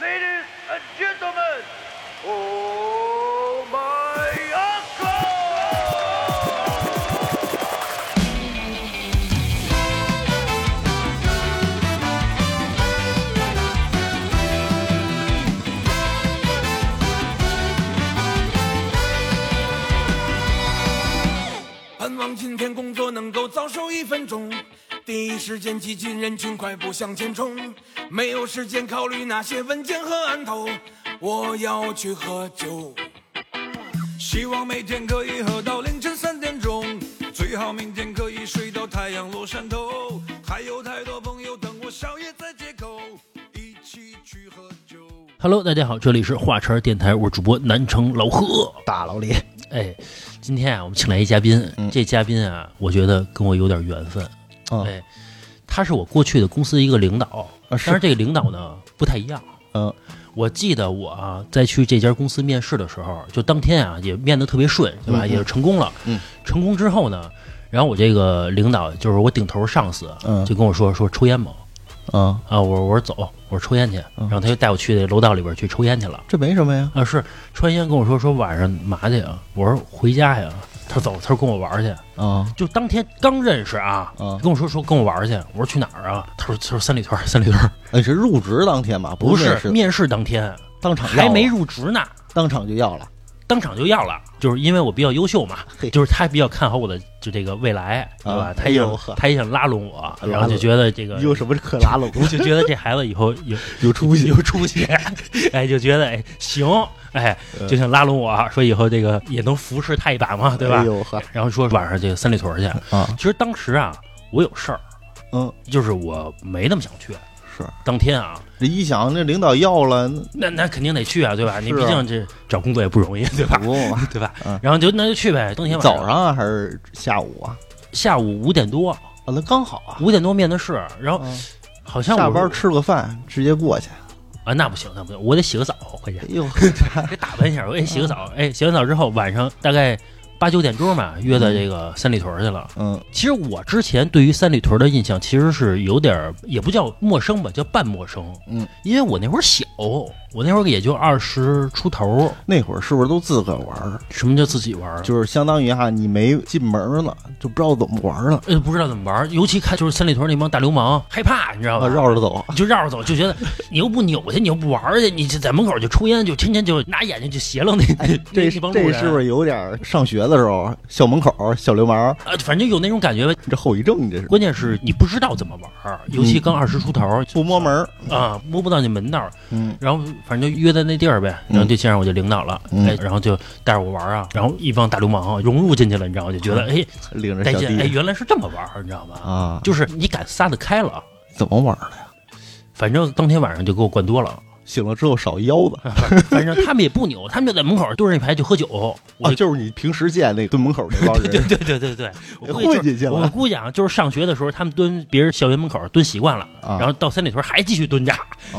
Ladies and gentlemen, oh my uncle! 盼望今天工作能够早收一分钟，第一时间挤进人群，快步向前冲。没有时间考虑那些文件和案头，我要去喝酒。希望每天可以喝到凌晨三点钟，最好明天可以睡到太阳落山头。还有太多朋友等我宵夜在街口，一起去喝酒。 Hello，大家好，这里是华晨电台，我是主播南城老贺。大老李，哎，今天啊，我们请来一嘉宾，这嘉宾啊，我觉得跟我有点缘分。嗯哎，他是我过去的公司一个领导，啊但是这个领导呢不太一样。嗯我记得我啊，在去这家公司面试的时候，就当天啊也面的特别顺，对吧？也是成功了。嗯，成功之后呢，然后我这个领导就是我顶头上司，嗯就跟我说说抽烟吧。嗯，啊，我说我说走，我说抽烟去，然后他就带我去那楼道里边去抽烟去了。这没什么呀。啊，是抽完烟跟我说说晚上嘛去啊？我说回家呀。他说走，他说跟我玩儿去。啊就当天刚认识啊，嗯跟我说说跟我玩儿去。我说去哪儿啊？他说他说三里屯儿，三里屯儿哎，是入职当天吧？不是面是试，面试当天，当场要还了没入职呢，当场就要了。当场就要了。就是因为我比较优秀嘛嘿，就是他比较看好我的就这个未来，对吧啊？他哎也呦想呵他也想拉拢我，拢然后就觉得这个有什么可拉拢？就觉得这孩子以后 有有出息有出息，哎，就觉得哎行，哎，嗯就想拉拢我啊说以后这个也能服侍他一把 嘛，对吧哎？呦呵，然后说晚上这三里屯去啊其实当时啊，我有事儿，嗯，就是我没那么想去。是当天啊，这一想，这领导要了，那那肯定得去啊，对吧？你是啊毕竟这找工作也不容易，对吧？ 不嘛，对吧嗯？然后就那就去呗。当天晚早上啊还是下午啊？下午五点多，啊，那刚好啊，五点多面的试，然后嗯好像下我班吃个饭直接过去。啊，那不行，那不行，我得洗个澡回去哎，呦，给打扮一下。我哎，洗个澡，哎，洗完澡之后晚上大概八九点钟吧，约到这个三里屯去了。 嗯其实我之前对于三里屯的印象其实是有点儿，也不叫陌生吧，叫半陌生。嗯，因为我那会儿小，我那会儿也就二十出头，那会儿是不是都自个儿玩儿？什么叫自己玩儿？就是相当于哈，啊你没进门呢，就不知道怎么玩了，呃，不知道怎么玩儿，尤其看就是三里屯那帮大流氓，害怕，你知道吧？啊，绕着走。你就绕着走，就觉得你又不扭去，你又不玩儿去，你就在门口就抽烟，就天天就拿眼睛就斜楞那、 那哎这那帮路这人，是不是有点儿上学的时候校门口小流氓呃，反正有那种感觉吧。这后遗症？你这是关键是你不知道怎么玩儿，尤嗯其刚二十出头儿，不摸门儿？啊，摸不到你门道儿，嗯，然后反正就约在那地儿呗，然后这先生我就领导了，嗯哎，然后就带着我玩儿啊，然后一帮大流氓啊融入进去了，你知道吗？就觉得哎啊领着带小劲，哎，弟原来是这么玩儿，你知道吗？啊，就是你敢撒得开了，怎么玩的呀？反正当天晚上就给我灌多了，醒了之后少腰子反正他们也不扭，他们就在门口蹲着一排就喝酒，我啊，就。就是你平时见那蹲门口那帮对 人，对对对对，我估计混进去就是了我估计啊，就是上学的时候，他们蹲别人校园门口蹲习惯了，啊哦然后到三里屯还继续蹲着，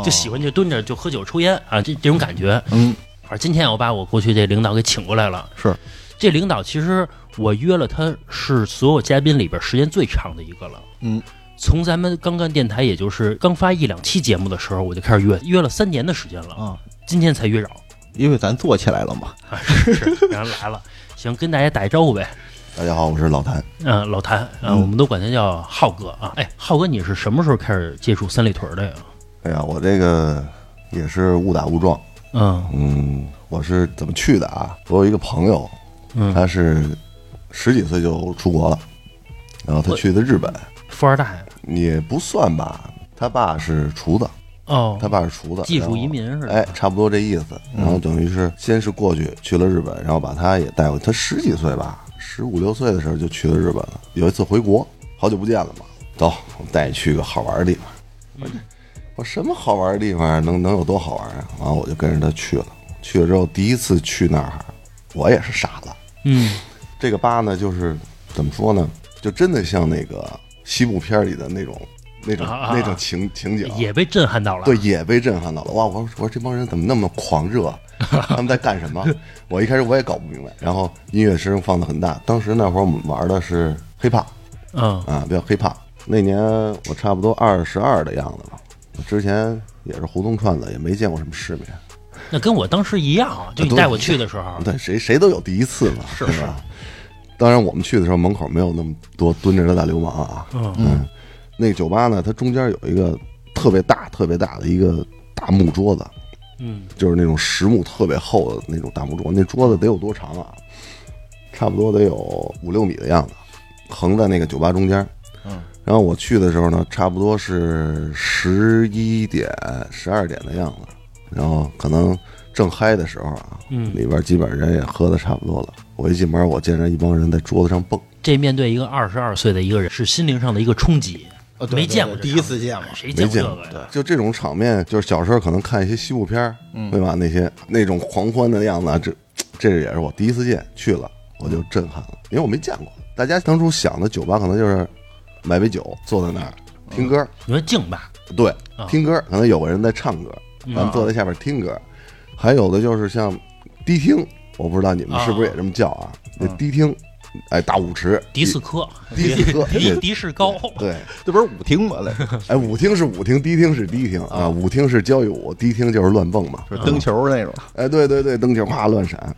就喜欢就蹲着就喝酒抽烟啊，这这种感觉。嗯，反正今天我把我过去这领导给请过来了。 是，这领导其实我约了他是所有嘉宾里边时间最长的一个了。嗯，从咱们刚干电台，也就是刚发一两期节目的时候，我就开始约，约了三年的时间了，啊，今天才约着因为咱坐起来了嘛。啊，是是，然后来了，行，跟大家打一招呼呗。大家好，我是老谭。嗯、老谭啊、我们都管他叫浩哥啊。哎，浩哥，你是什么时候开始接触三里屯的呀？哎呀，我这个也是误打误撞。嗯嗯，我是怎么去的啊？我有一个朋友，他是十几岁就出国了，然后他去的日本，富二代也不算吧。他爸是厨子，哦，他爸是厨子，技术然后移民嗯似的哎，差不多这意思。然后等于是先是过去去了日本，然后把他也带过去。他十几岁吧，十五六岁的时候就去了日本了。有一次回国，好久不见了嘛，走，我带你去个好玩的地方。嗯我什么好玩的地方能能有多好玩啊？完了我就跟着他去了。去了之后，第一次去那儿，我也是傻了。嗯，这个吧呢，就是怎么说呢，就真的像那个西部片里的那种、那种、啊啊啊那种情情景，也被震撼到了。对，也被震撼到了。哇，我说我说这帮人怎么那么狂热？啊他们在干什么？我一开始我也搞不明白。然后音乐声放的很大，当时那会儿我们玩的是 hiphop 嗯，啊，比较 hiphop。那年我差不多二十二的样子吧，之前也是胡同串子，也没见过什么世面。那跟我当时一样啊，就你都带我去的时候，对，谁谁都有第一次嘛，是对吧？当然，我们去的时候门口没有那么多蹲着的大流氓啊。嗯那个酒吧呢，它中间有一个特别大、特别大的一个大木桌子，嗯，就是那种实木特别厚的那种大木桌，那桌子得有多长啊？差不多得有五六米的样子，横在那个酒吧中间。嗯，然后我去的时候呢，差不多是十一点、十二点的样子，然后可能正嗨的时候啊，嗯里边基本人也喝的差不多了。我一进门，我见着一帮人在桌子上蹦，这面对一个二十二岁的一个人，是心灵上的一个冲击，哦对没见对过对这场第一次景见嘛谁没见过见这过个呀？就这种场面，就是小时候可能看一些西部片儿，对吧？那些那种狂欢的样子啊，这这也是我第一次见，去了我就震撼了，因为我没见过。大家当初想的酒吧可能就是买杯酒，坐在那儿听歌，你说静吧，对啊，听歌，可能有个人在唱歌，咱们坐在下边听歌，还有的就是像迪厅，我不知道你们是不是也这么叫啊？那迪厅，哎，大舞池，迪斯科，迪斯科，迪对迪士高，对，这不是舞厅吗？来，哎，舞厅是舞厅，迪厅是迪厅啊，舞厅是交谊舞，迪厅就是乱蹦嘛。就是灯球那种，哎，对对对，灯球啪乱闪。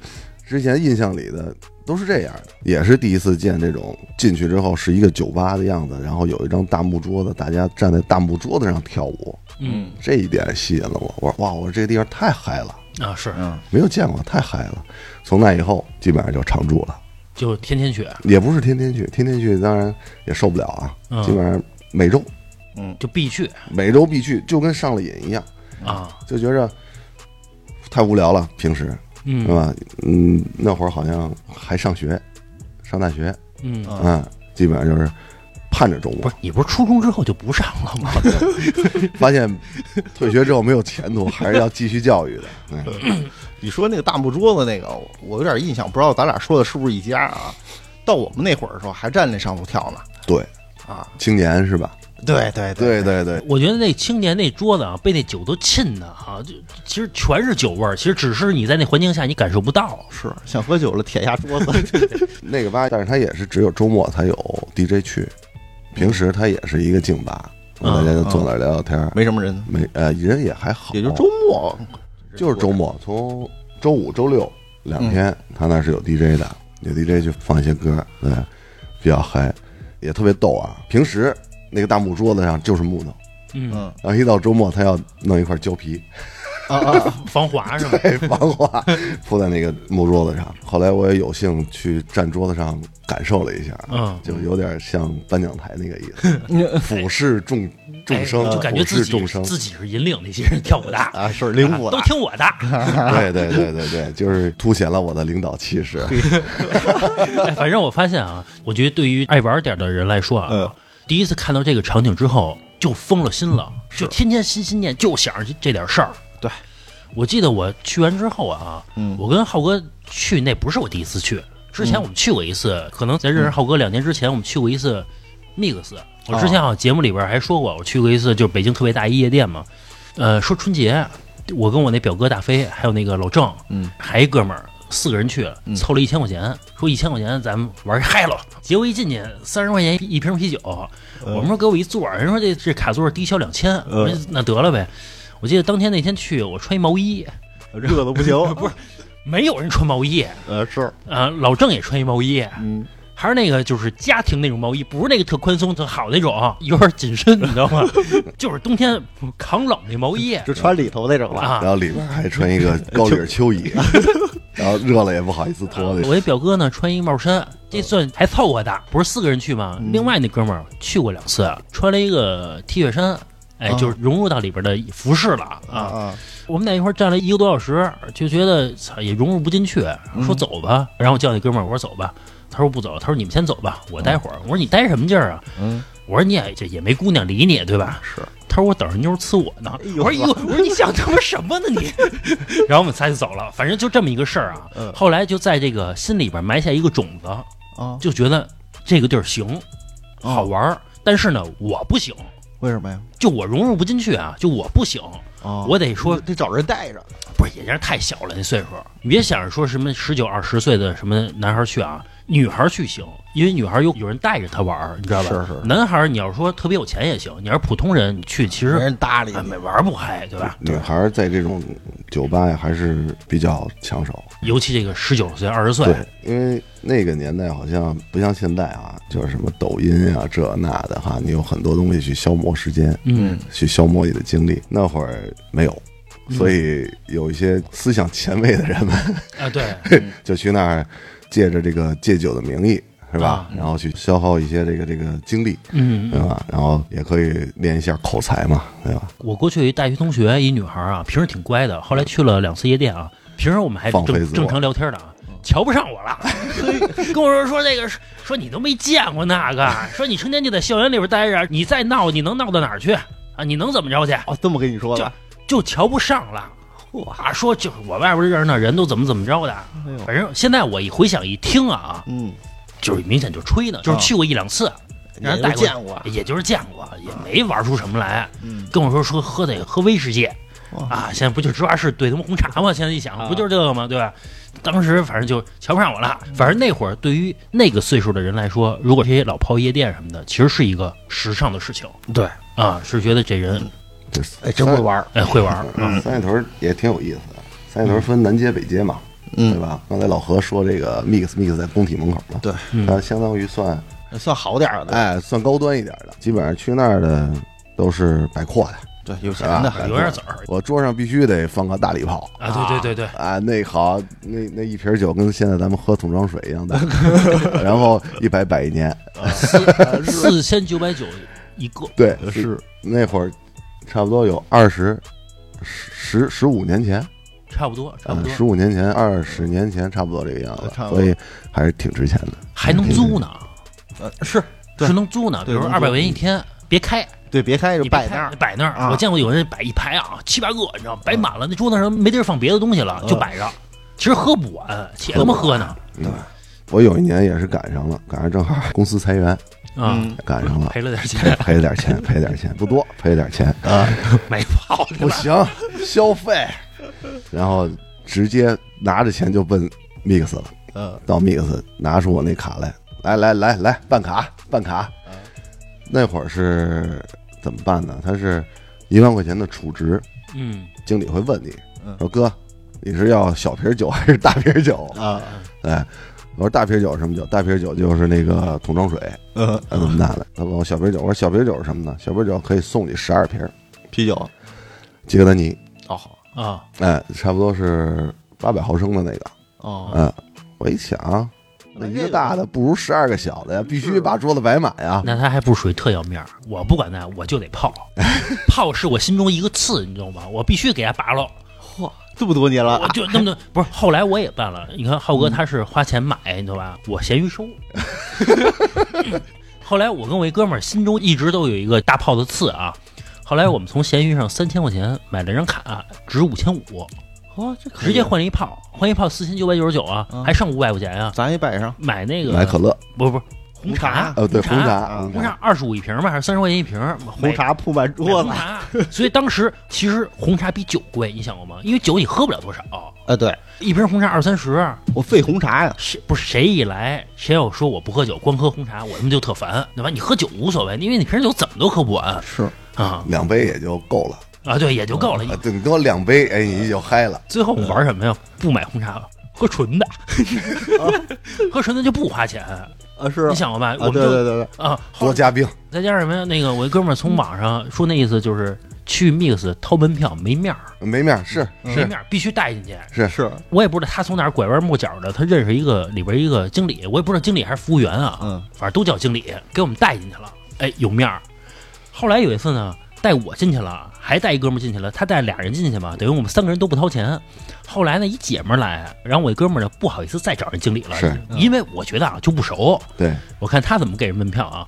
之前印象里的都是这样的，也是第一次见这种进去之后是一个酒吧的样子，然后有一张大木桌子，大家站在大木桌子上跳舞，嗯这一点吸引了我。我说哇，我说这个地方太嗨了，啊是，没有见过，太嗨了。从那以后基本上就常住了，就天天去，也不是天天去，天天去当然也受不了啊，嗯基本上每周嗯就必去每周必去，就跟上了瘾一样。啊，就觉着太无聊了，平时是嗯吧？嗯，那会儿好像还上学，上大学，嗯，啊嗯，基本上就是盼着周不末是，你不是初中之后就不上了吗？发现退学之后没有前途， 还是要继续教育的。嗯，你说那个大木桌子那个，我有点印象，不知道咱俩说的是不是一家啊？到我们那会儿的时候，还站那上头跳呢。对，啊，青年是吧？对对对对对，我觉得那青年那桌子啊，被那酒都沁的啊，就其实全是酒味儿，其实只是你在那环境下你感受不 到。啊是想喝酒了，铁下桌子。那个吧，但是它也是只有周末才有 DJ 去，平时它也是一个静吧，嗯大家就坐那儿聊聊天儿。 没什么人，没呃，人也还好，也就周末，就是周末，从周五、周六两嗯天，他那是有 DJ 的，有 DJ 就放一些歌，对，比较嗨，也特别逗啊。平时那个大木桌子上就是木头，嗯，嗯然后一到周末他要弄一块胶皮， 啊啊， 防滑是吧？嘿，防滑铺在那个木桌子上。后来我也有幸去站桌子上感受了一下，嗯就有点像颁奖台那个意 思，俯视众 众生，哎就感觉俯视自己众生，自己是引领那些人跳舞的啊是领舞的都听我的。对对对对对，就是凸显了我的领导 气势。哎， 反正我发现啊，我觉得对于爱玩点的人来说啊，嗯第一次看到这个场景之后就疯了心了，就天天心心念就想着这点事儿。嗯对，嗯我记得我去完之后啊，我跟浩哥去那不是我第一次去，之前我们去过一次，可能在认识浩哥两年之前，我们去过一次 Mix。我之前好像节目里边还说过，我去过一次，就是北京特别大一夜店嘛。呃，说春节，我跟我那表哥大飞，还有那个老郑，嗯，还一哥们儿，四个人去了，凑了一千块钱，说一千块钱咱们玩儿嗨了。结果一进去，三十块钱一瓶啤酒，我们说给我一座儿，人说这这卡座低消两千，我说那得了呗。我记得当天那天去，我穿一毛衣， 热的不行，不是，没有人穿毛衣，呃，是呃，老郑也穿一毛衣，嗯，还是那个就是家庭那种毛衣，不是那个特宽松、特好那种，有点紧身，你知道吗？ 就是冬天抗冷那毛 衣就穿里头那种吧。啊然。后里边还穿 一个高领秋衣， 然后热了也不好意思脱的。啊我那表哥呢，穿一帽衫，这算还凑合的。不是四个人去吗？另外那哥们儿去过两次，穿了一个 T 恤衫，哎，就是融入到里边的服饰了啊。啊，我们在一块儿站了一个多小时，就觉得操也融入不进去，嗯说走吧。然后我叫那哥们儿，我说走吧。他说不走，他说你们先走吧，我待会儿。我说你待什么劲儿啊？嗯，我说你也这也没姑娘理你，对吧？是。他说我等着妞儿呲我呢。哎呦我说哟，我说你想他妈什么呢 你？然后我们仨就走了，反正就这么一个事儿啊。嗯后来就在这个心里边埋下一个种子，啊，就觉得这个地儿行，嗯好玩儿。但是呢，我不行，为什么呀？就我融入不进去啊，就我不行，啊，我得说得找人带着。不是，也是太小了，那岁数。你别想着说什么十九、二十岁的什么男孩去啊，女孩儿去行，因为女孩儿有有人带着她玩儿，你知道吧？是是男孩儿你要说特别有钱也行，你要是普通人，你去其没实人搭理哎你没。玩儿不嗨，对吧？女孩在这种酒吧呀还是比较抢手。尤其这个十九岁、二十岁，对，因为那个年代好像不像现在啊，就是什么抖音啊这那的哈，你有很多东西去消磨时间，嗯，去消磨你的精力。那会儿没有，所以有一些思想前卫的人们啊，对， 就去那儿，借着这个戒酒的名义。是吧啊？然后去消耗一些这个这个精力，嗯，对吧？然后也可以练一下口才嘛，对吧？我过去有一大学同学，一女孩儿啊，平时挺乖的，后来去了两次夜店啊，平时我们还放飞自正我嗯正常聊天的啊，瞧不上我了， 跟我说说这个，说你都没见过那个，说你成天就在校园里边待着，你再闹你能闹到哪儿去啊？你能怎么着去？哦，这么跟你说的，就瞧不上了。啊，说就是我外边这人呢，人都怎么怎么着的，哎呦反正现在我一回想一听啊，嗯，啊就是明显就吹呢，就是去过一两次，让人带也就见过也就是见过，也没玩出什么来。嗯跟我说说喝得喝威士忌，啊，现在不就芝华士兑他妈红茶吗？现在一啊想，不就是这个吗？对吧？当时反正就瞧不上我了。嗯反正那会儿对于那个岁数的人来说，如果这些老泡夜店什么的，其实是一个时尚的事情对，啊，是觉得这人这哎，真会玩儿，哎会嗯玩儿啊，三里屯儿也挺有意思的。三里屯儿分南街北街嘛，嗯对吧？刚才老何说这个 mix mix 在工体门口嘛，嗯对，它相当于算算好点儿的，哎算高端一点的，基本上去那儿的都是摆阔的，对，有是钱吧？的，摆阔有点子儿我桌上必须得放个大礼炮。啊，对对对对。啊，那好，那那一瓶酒跟现在咱们喝桶装水一样的， 然后一百摆一年，四千九百九一个，对，是那会儿差不多有二十十十五年前，差不多，差不嗯，多，十五年前、二十年前差不多这个样子呃，差不多所以还是挺值钱的。还能租呢，呃，是对是能租呢，比对如能租二百块钱一天，别开，对，别开就你别摆开那儿，摆那啊儿。我见过有人摆一排啊，七八个，你知道吗，摆满了，那桌子上没地儿放别的东西了，嗯就摆着。其实喝不完，且他妈喝呢我有一年也是赶上了，赶上正好公司裁员，啊，嗯赶上了，赔了点钱赔了点钱，赔了点钱，不多，赔了 点钱啊，买 炮去不了。行，消费，然后直接拿着钱就奔 Mix 了，嗯，到 Mix 拿出我那卡来，来来来来办卡办卡，那会儿是怎么办呢？他是一万块钱的储值，嗯，经理会问你嗯，说哥，你是要小瓶酒还是大瓶酒？啊，哎，我说大瓶酒是什么酒？大瓶酒就是那个桶装水，呃，啊，怎么大的？他问我小瓶酒，我说小瓶酒是什么呢？小瓶酒可以送你十二瓶啤酒，吉格丹尼，哦啊，哎，差不多是八百毫升的那个，哦，嗯，我一想。那一个大的不如十二个小的呀，必须把桌子摆满呀。那他还不是属于特要面儿？我不管他，我就得 泡，泡是我心中一个刺，你知道吗？我必须给他拔了。嚯，这么多年 了我，就那么多，不是后来我也办了。你看浩哥他是花钱买，你知道吧？我咸鱼收。后来我跟我一哥们儿心中一直都有一个大炮的刺啊。后来我们从闲鱼上三千块钱买了张卡，值五千五，嚯，这可以直接换了一炮，换一炮四千九百九十九啊，还剩五百块钱啊。咱也摆上，买那个买可乐，不不红茶茶呃，对，红啊茶，红茶二十五一瓶吧，还是三十块钱一瓶？红买茶铺满买桌子红，茶。所以当时其实红茶比酒贵，你想过吗？因为酒你喝不了多少，啊，对一瓶红茶二三十。我废红茶呀，谁不是谁一来，谁要说我不喝酒，光喝红茶，我他妈就特烦，对吧？你喝酒无所谓，因为你平时酒怎么都喝不完是，啊两杯也就够了。啊，对，也就够了。啊顶多两杯，哎，你就嗨了。 最后我玩什么呀？不买红茶了，喝纯的， 喝纯的就不花钱。啊是，你想过吧？啊，我对们对对就对，啊，多加冰，再加上什么呀？那个我一哥们儿从网上说那意思就是去 Mix 掏门票没面儿，没面儿是没面儿必须带进去。是是，我也不知道他从哪儿拐弯抹角的，他认识一个里边一个经理，我也不知道经理还是服务员啊，嗯反正都叫经理，给我们带进去了，哎，有面儿。后来有一次呢，带我进去了，还带一哥们儿进去了，他带俩人进去嘛，等于我们三个人都不掏钱。后来呢，一姐们儿来，然后我一哥们儿呢不好意思再找人经理了，是因为我觉得啊就不熟，对，我看他怎么给人门票啊。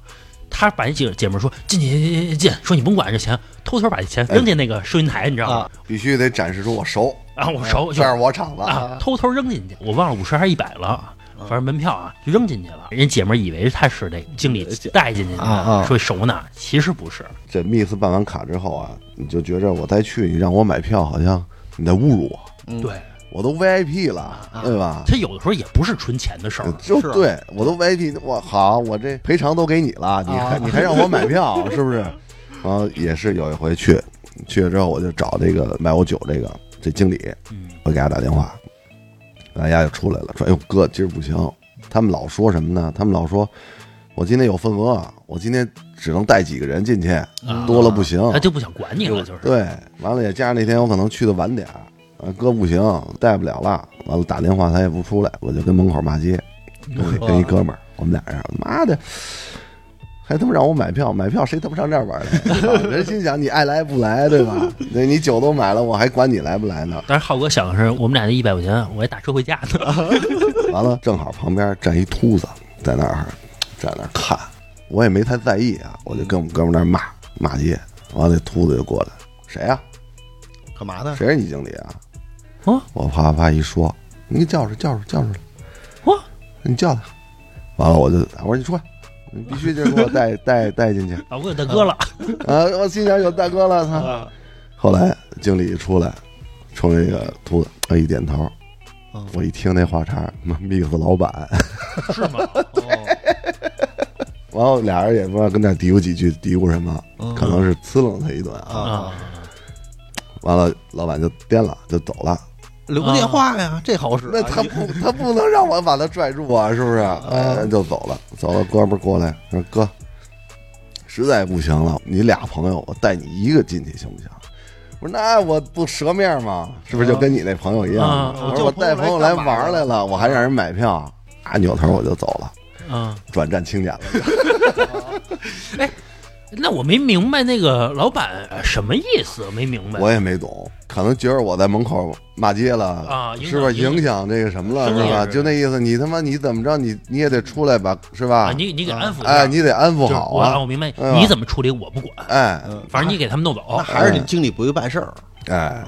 他把那姐姐们儿说进去进进进，说你甭管这钱，偷偷把这钱扔进那个收银台，你知道吗哎啊？必须得展示出我熟，然后我熟，就这是我场子啊，偷偷扔进去，我忘了五十还是一百了，反正门票啊就扔进去了。人姐们儿以为他是那经理带进去的，啊啊说熟呢，其实不是。这 miss 办嗯完卡之后啊，你就觉着我再去，你让我买票，好像你在侮辱我，对，我都 VIP 了，啊对吧？他有的时候也不是纯钱的事儿，呃就对我都 VIP，我好，我这赔偿都给你了，你还、你还让我买票，是不是？然后也是有一回去，去了之后我就找这个卖我酒这个这经理，我给他打电话，大家就出来了，说：“哎呦哥，今儿不行。”他们老说什么呢？他们老说。我今天有份额，我今天只能带几个人进去，多了不行。他就不想管你了，就是。对，完了也加上那天我可能去的晚点儿，啊哥不行，带不了了。完了打电话他也不出来，我就跟门口骂街，跟跟一哥们儿，我们俩人，妈的，还他妈让我买票，买票谁他妈上这儿玩来？对吧人心想你爱来不来，对吧？那你酒都买了，我还管你来不来呢？但是浩哥想的是，我们俩那一百块钱，我还打车回家 呢。完了，正好旁边站一秃子，在那儿在那儿看，我也没太在意啊，我就跟我们哥们儿那儿骂骂街。完了，那秃子就过来，谁啊呀、干嘛呢？谁是你经理啊？哦我啪啪啪一说，你给叫出来，叫出来，叫出来，哇，你叫他。完了，我就我说你出来，你必须今儿给我带带带进去老哥有大哥了，啊！我心想有大哥了，操！后来经理一出来，冲那个秃子，哎一点头。我一听那话茬妈，mix 老板， 是吗？哦完后俩人也不知道跟那嘀咕几句，嘀咕什么，可能是呲楞他一顿啊。啊，完了，老板就颠了，就走了。留个电话呀，这好使。啊 那啊他不，他不能让我把他拽住啊，是不是？哎，就走了，走了。哥们儿过来说：“哥，实在不行了，你俩朋友，我带你一个进去行不行？”我说：“那我不折面吗？是不是就跟你那朋友一样？”啊啊我说：“我带朋友来玩儿来了，我还让人买票。”啊，扭头我就走了，啊，转战清点了。那我没明白那个老板呃什么意思，没明白。我也没懂，可能觉得我在门口骂街了啊影响是吧？影响影响这个什么了，生是意吧？是就那意思，你他妈你怎么着，你你也得出来吧，是吧？啊，你你给安抚一下哎，你得安就抚是好我啊，我啊，明白嗯嗯你怎么处理，我不管，哎反正你给他们弄那走还是你经理不会办事儿，哎，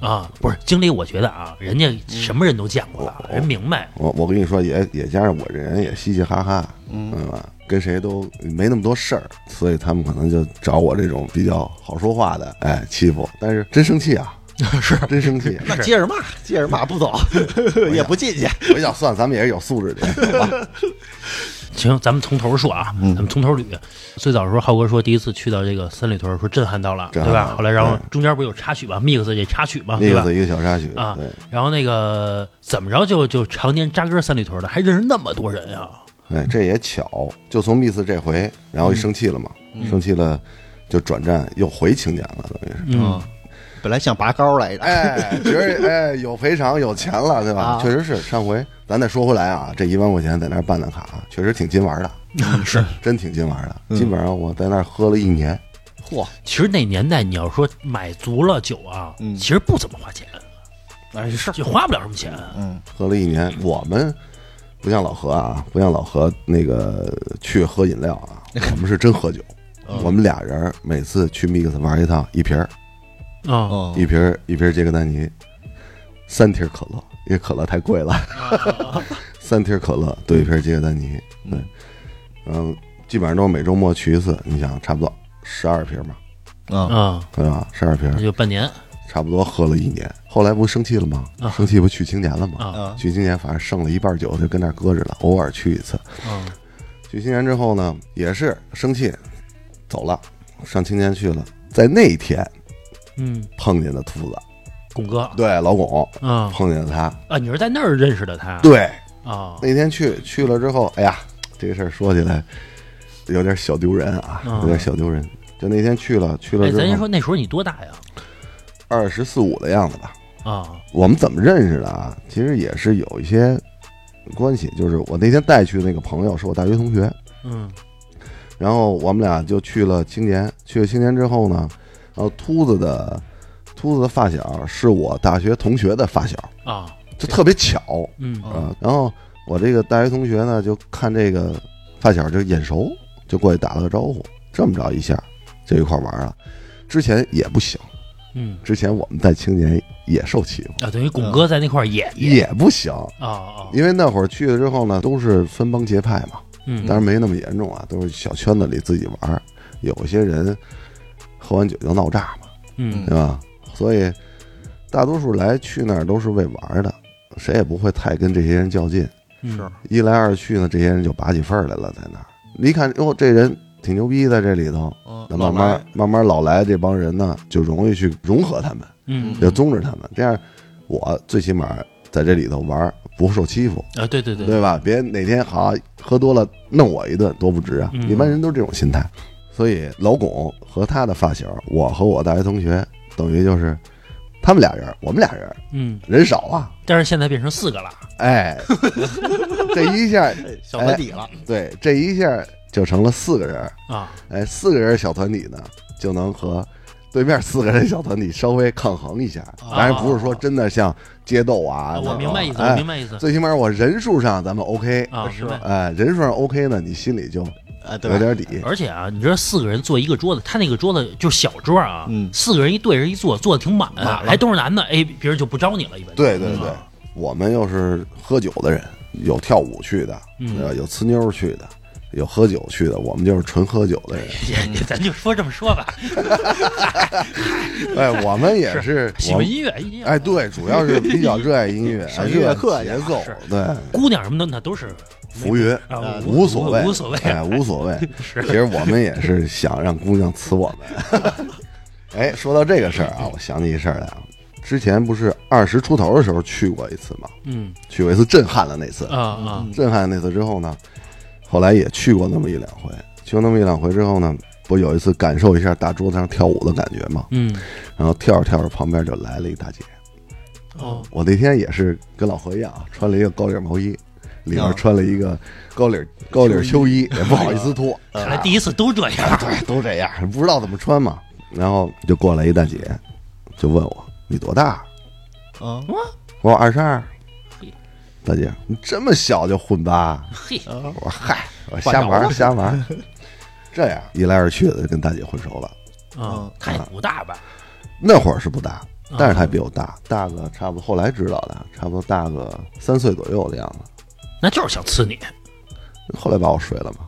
啊。不是经理，我觉得啊，人家什么人都见过哦了，人明白。我我跟你说，也也加上我这人也嘻嘻哈哈，嗯吧？跟谁都没那么多事儿，所以他们可能就找我这种比较好说话的，哎，欺负。但是真生 气啊，是真生气。那接着骂，接着骂不走，也不进去。我一想算，咱们也是有素质 的，好吧行，咱们从头说啊，嗯咱们从头捋。最早的时候，浩哥说第一次去到这个三里屯，说震撼到了，对震撼吧？了后来，然后中间不是有插曲吧，mix 这插曲嘛，那对吧个？一个小插曲，啊对，，然后那个怎么着就就常年扎根三里屯的，还认识那么多人啊？哎，这也巧，就从密斯这回，然嗯后一生气了嘛，生气了就转战又回青年了，等于是。嗯，本来想拔高来着，哎，觉得哎有赔偿有钱了，对吧？啊确实是上回，咱再说回来啊，这一万块钱在那儿办的卡，啊确实挺金玩的，嗯是，真挺金玩的。基本上我在那儿喝了一年，嚯，其实那年代你要说买足了酒啊，嗯其实不怎么花钱，哎是就花不了什么钱。喝了一年。我们不像老何啊，不像老何那个去喝饮料 啊，我们是真喝酒。嗯我们俩人每次去 Mix 玩一趟，一瓶儿啊，哦一瓶儿一瓶儿杰克丹尼，三瓶儿可乐，因为可乐太贵了，哦 三瓶儿可乐兑一瓶儿杰克丹尼，对，嗯，基本上都是每周末去一次，你想差不多十二瓶儿吧，啊啊，对吧？十二瓶那儿就半年差不多喝了一年，后来不生气了吗？生气不去青年了吗？啊去青年反正剩了一半酒就跟那儿搁着了，偶尔去一次。啊去青年之后呢，也是生气，走了，上青年去了，在那一天嗯，碰见的秃子，巩哥对老巩，啊碰见他。啊，你是在那儿认识的他？对，啊，那天去去了之后，哎呀，这个事儿说起来有点小丢人啊，嗯有点小丢人。就那天去了，去了哎，咱之先后说那时候你多大呀？二十四五的样子吧。啊我们怎么认识的啊？其实也是有一些关系，就是我那天带去那个朋友是我大学同学，嗯然后我们俩就去了青年。去了青年之后呢，然后秃子的秃子的发小是我大学同学的发小，啊就特别巧。嗯啊，然后我这个大学同学呢，就看这个发小就眼熟，就过去打了个招呼，这么着一下就一块玩了。之前也不行，嗯之前我们在青年也受欺负，啊，等于巩哥在那块儿也也不行，啊啊因为那会儿去了之后呢，都是分帮结派嘛，嗯当然没那么严重啊，都是小圈子里自己玩儿，有些人喝完酒就闹炸嘛，嗯对吧？所以大多数来去那儿都是为玩的，谁也不会太跟这些人较劲。是一来二去呢，这些人就拔起份儿来了，在那儿。你一看，哟，这人挺牛逼，在这里头，嗯那慢慢慢慢老来这帮人呢，就容易去融合他们，嗯要宗治他们。这样，我最起码在这里头玩儿不受欺负，啊，对对对，对吧？别哪天好喝多了弄我一顿，多不值啊！嗯一般人都这种心态。所以老巩和他的发小，我和我大学同学，等于就是他们俩人，我们俩人，嗯，人少啊，但是现在变成四个了，哎，这一 下哎小团体了，对，这一下就成了四个人，啊，哎，四个人小团体呢，就能和对面四个人小团体稍微抗衡一下。当然不是说真的像街斗啊，啊那我种明白意思，我哎明白意思最起码我人数上咱们 OK，啊，明白。哎，人数上 OK 呢，你心里就哎，对有吧，点底。而且啊，你知道四个人坐一个桌子，他那个桌子就是小桌啊，嗯四个人一对着一坐，坐的挺满啊，还都是男的，哎，别人就不招你了，一般。对对嗯对，我们又是喝酒的人，有跳舞去的，嗯呃有呲妞去的，有喝酒去的，我们就是纯喝酒的人。 也也咱就说这么说吧， 哎，我们也是喜我欢们音乐，一样哎，对，主要是比较热爱音 乐，上热音爱乐课去节奏，对，姑娘什么的那都是浮云哎啊无无所谓，无所谓哎，无所 谓。其实我们也是想让姑娘辞我 们。哎，说到这个事儿啊，我想起一事儿来啊，之前不是二十出头的时候去过一次嘛，嗯去过一次震撼了那次，啊啊震撼那次之后呢，后来也去过那么一两回，去过那么一两回之后呢，不有一次感受一下大桌子上跳舞的感觉嘛，嗯然后跳着跳着旁边就来了一大姐，哦我那天也是跟老何一样啊，穿了一个高领毛衣，里啊边穿了一个高领高领秋衣，也不好意思脱，看哎来第一次都这样，对，都这样，不知道怎么穿嘛。然后就过来一大姐，就问我你多大？嗯，我二十二嘿。大姐，你这么小就混吧？嘿，我说嗨，我瞎玩儿瞎玩儿。这样一来二去的就跟大姐混熟了。啊嗯，他也不大吧，那会儿是不大，但是她比我大，大个差不多。后来知道的，差不多大个三岁左右的样子。那就是想刺你，后来把我睡了嘛，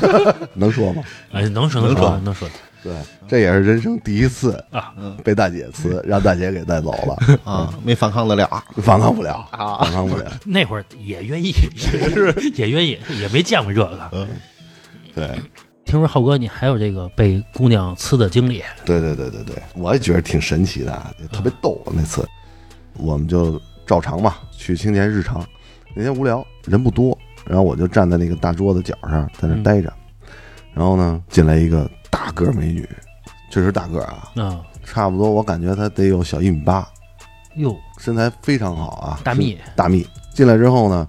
能说吗？哎，能说能说能说，对，这也是人生第一次啊被大姐辞，让大姐给带走了，啊，没反抗得了，反抗不了，反抗不了。那会儿也愿 意，也是也愿意，也没见过这嗯个。对，听说浩哥你还有这个被姑娘呲的经历，对对对对对，我也觉得挺神奇的啊，也特别逗。嗯那次我们就照常嘛，去青年日常。那天无聊，人不多，然后我就站在那个大桌子角上，在那嗯待着。然后呢，进来一个大个美女，确实大个儿啊，啊，差不多我感觉她得有小一米八，哟，身材非常好啊，大蜜是大蜜进来之后呢，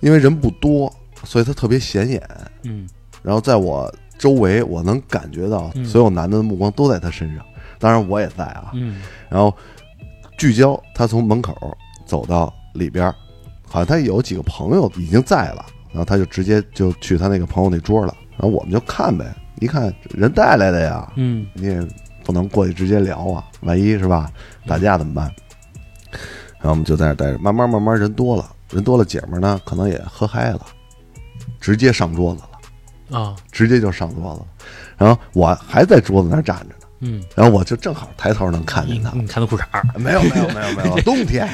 因为人不多，所以她特别显眼。嗯，然后在我周围，我能感觉到嗯所有男的目光都在她身上，当然我也在啊。嗯，然后聚焦，她从门口走到里边儿，好像她有几个朋友已经在了，然后她就直接就去她那个朋友那桌了，然后我们就看呗，一看人带来的呀，嗯，你也不能过去直接聊啊，万一是吧，嗯打架怎么办？然后我们就在那儿待着，慢慢慢慢人多了，人多了，姐们儿呢可能也喝嗨了，直接上桌子了，啊，直接就上桌子了。然后我还在桌子那儿站着呢，嗯，然后我就正好抬头能看你见他，你看他裤衩儿，没有没有没 有没有，冬天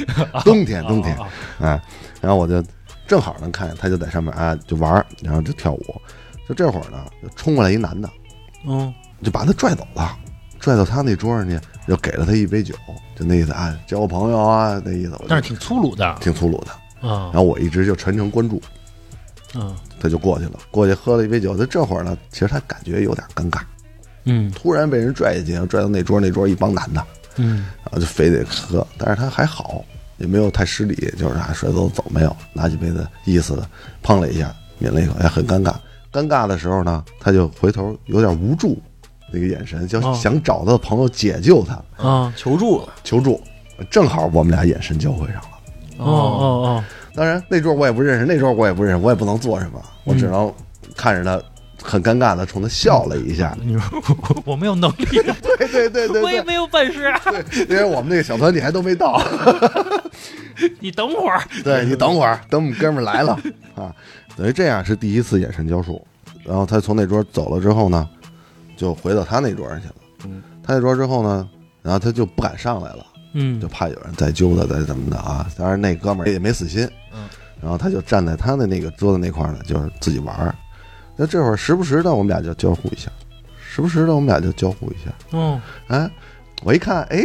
冬天冬天啊啊，哎，然后我就正好能看见他就在上面啊就玩儿，然后就跳舞，就这会儿呢就冲过来一男的，嗯，就把他拽走了，拽到他那桌上去，就给了他一杯酒，就那意思啊，交个朋友啊，那意思。我就但是挺粗鲁的挺粗鲁的。啊然，后我一直就全程关注，嗯他就过去了，过去喝了一杯酒。他这会儿呢，其实他感觉有点尴尬，嗯突然被人拽下去，然后拽到那桌，那桌一帮男的，嗯然后就非得喝，但是他还好，也没有太失礼，就是啊甩走走没有，拿起杯子意思的碰了一下，抿了一口，哎，很尴尬。尴尬的时候呢，他就回头有点无助，那个眼神，就哦想找他的朋友解救他，啊，求助了，求助，正好我们俩眼神交汇上了。哦哦当然那桌我也不认识，那桌我也不认识，我也不能做什么，嗯我只能看着他很尴尬的冲他笑了一下哦，。 你说我我没有能力，啊对对对对我也对没有本事，啊对，因为我们那个小团体还都没到。你等会儿， 对你等会儿，等我们哥们儿来了啊，等于这样是第一次眼神交触。然后他从那桌走了之后呢，就回到他那桌上去了。他那桌之后呢，然后他就不敢上来了，嗯就怕有人再揪他，再怎么的啊。当然那哥们儿也没死心，嗯，然后他就站在他的那个桌子那块儿呢，就是自己玩儿。那这会儿时不时的我们俩就交互一下，时不时的我们俩就交互一下。哦哎，我一看，哎，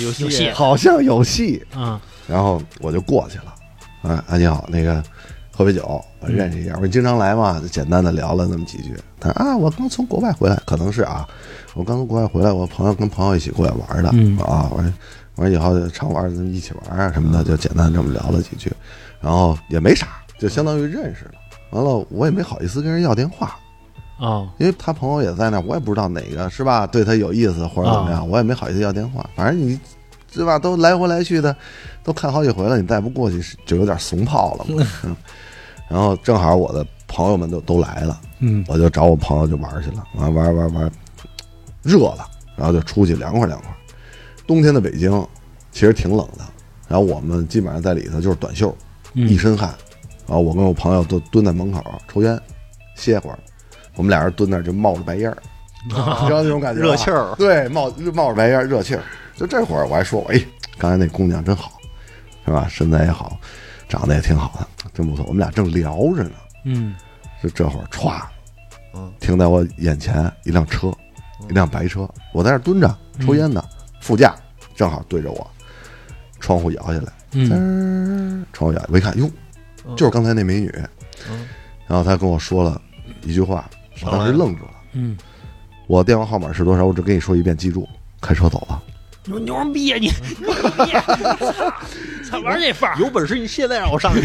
游游戏好像有戏，啊然后我就过去了。啊啊，你好，那个喝杯酒，我认识一下。我说你经常来嘛，就简单的聊了那么几句。他说啊，我刚从国外回来，可能是啊，我刚从国外回来，我朋友跟朋友一起过来玩的、嗯啊。我说我说以后就常玩，咱们一起玩啊什么的，就简单这么聊了几句，然后也没啥，就相当于认识了。完了，我也没好意思跟人要电话，哦因为他朋友也在那儿，我也不知道哪个是吧，对他有意思或者怎么样，我也没好意思要电话。反正你，对吧，都来回来去的，都看好几回了，你再不过去是就有点怂炮了嘛。嗯 然后正好我的朋友们都都来了，嗯我就找我朋友就玩去了，玩玩玩玩，热了，然后就出去凉快凉快。冬天的北京其实挺冷的，然后我们基本上在里头就是短袖，嗯一身汗，然后我跟我朋友都蹲在门口抽烟，歇会儿，我们俩人蹲那儿就冒着白烟儿，你知道那种感觉吧热气儿对，冒冒着白烟儿热气儿。就这会儿我还说，我哎，刚才那姑娘真好，是吧？身材也好，长得也挺好的，真不错。我们俩正聊着呢，嗯就这会儿歘，嗯停在我眼前一辆车，一辆白车，我在那儿蹲着抽烟呢，副驾正好对着我，窗户摇下来，嗯嗯，窗户摇，我一看，哟，就是刚才那美女，嗯然后她跟我说了一句话，我当时愣住了，嗯，我电话号码是多少？我只跟你说一遍，记住，开车走了。牛牛逼呀你，牛逼呀！操，玩这范有本事你现在让我上去，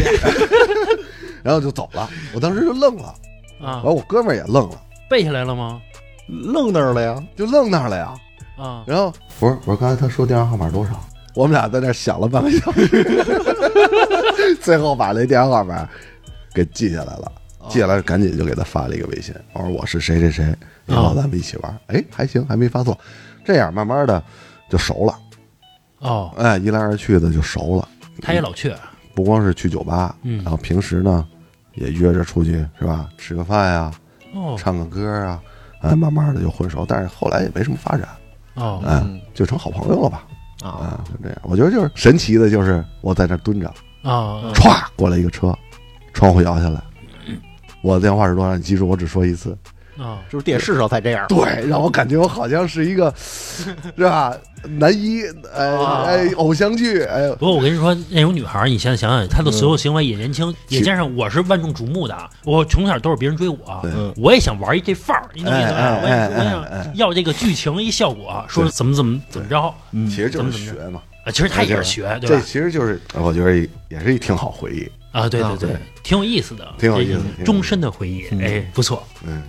然后就走了，我当时就愣了，儿啊完，我哥们儿也愣了，背下来了吗？ 愣那儿了呀。就愣那儿了呀。啊，然后我说我说刚才他说电话号码多少？我们俩在那儿想了半个小 时，最后把那电话号码给记下来了。记下来赶紧就给他发了一个微信，我说我是谁谁谁，以后咱们一起玩。哎，还行，还没发错。这样慢慢的就熟了，哦，哎，一来二去的就熟了。他也老去，不光是去酒吧，嗯然后平时呢也约着出去是吧，吃个饭呀、哦唱个歌啊，哎，慢慢的就混熟，但是后来也没什么发展，哦，哎嗯，就成好朋友了吧。啊，啊，就这样。我觉得就是神奇的，就是我在那儿蹲着，啊，歘过来一个车，窗户摇下来，我的电话是多少？你记住，我只说一次。啊，就是电视上才这样。对，让我感觉我好像是一 个，是吧？男一，哎哎，偶像剧，哎，不过我跟你说，那种女孩儿，你现在想想，她的嗯所有行为也年轻，也加上我是万众瞩目的，我从小都是别人追我，嗯我也想玩一这范儿，你懂我意思吧？哎我也我想要这个剧情一效果，说怎么怎么怎么着啊？其实就是学嘛。其实她也是学，对嗯这吧？其实就是我觉得也是一挺好回忆。啊，对对对，挺有意思的，挺有意思这个挺有意思嗯终身的回忆，哎，不错。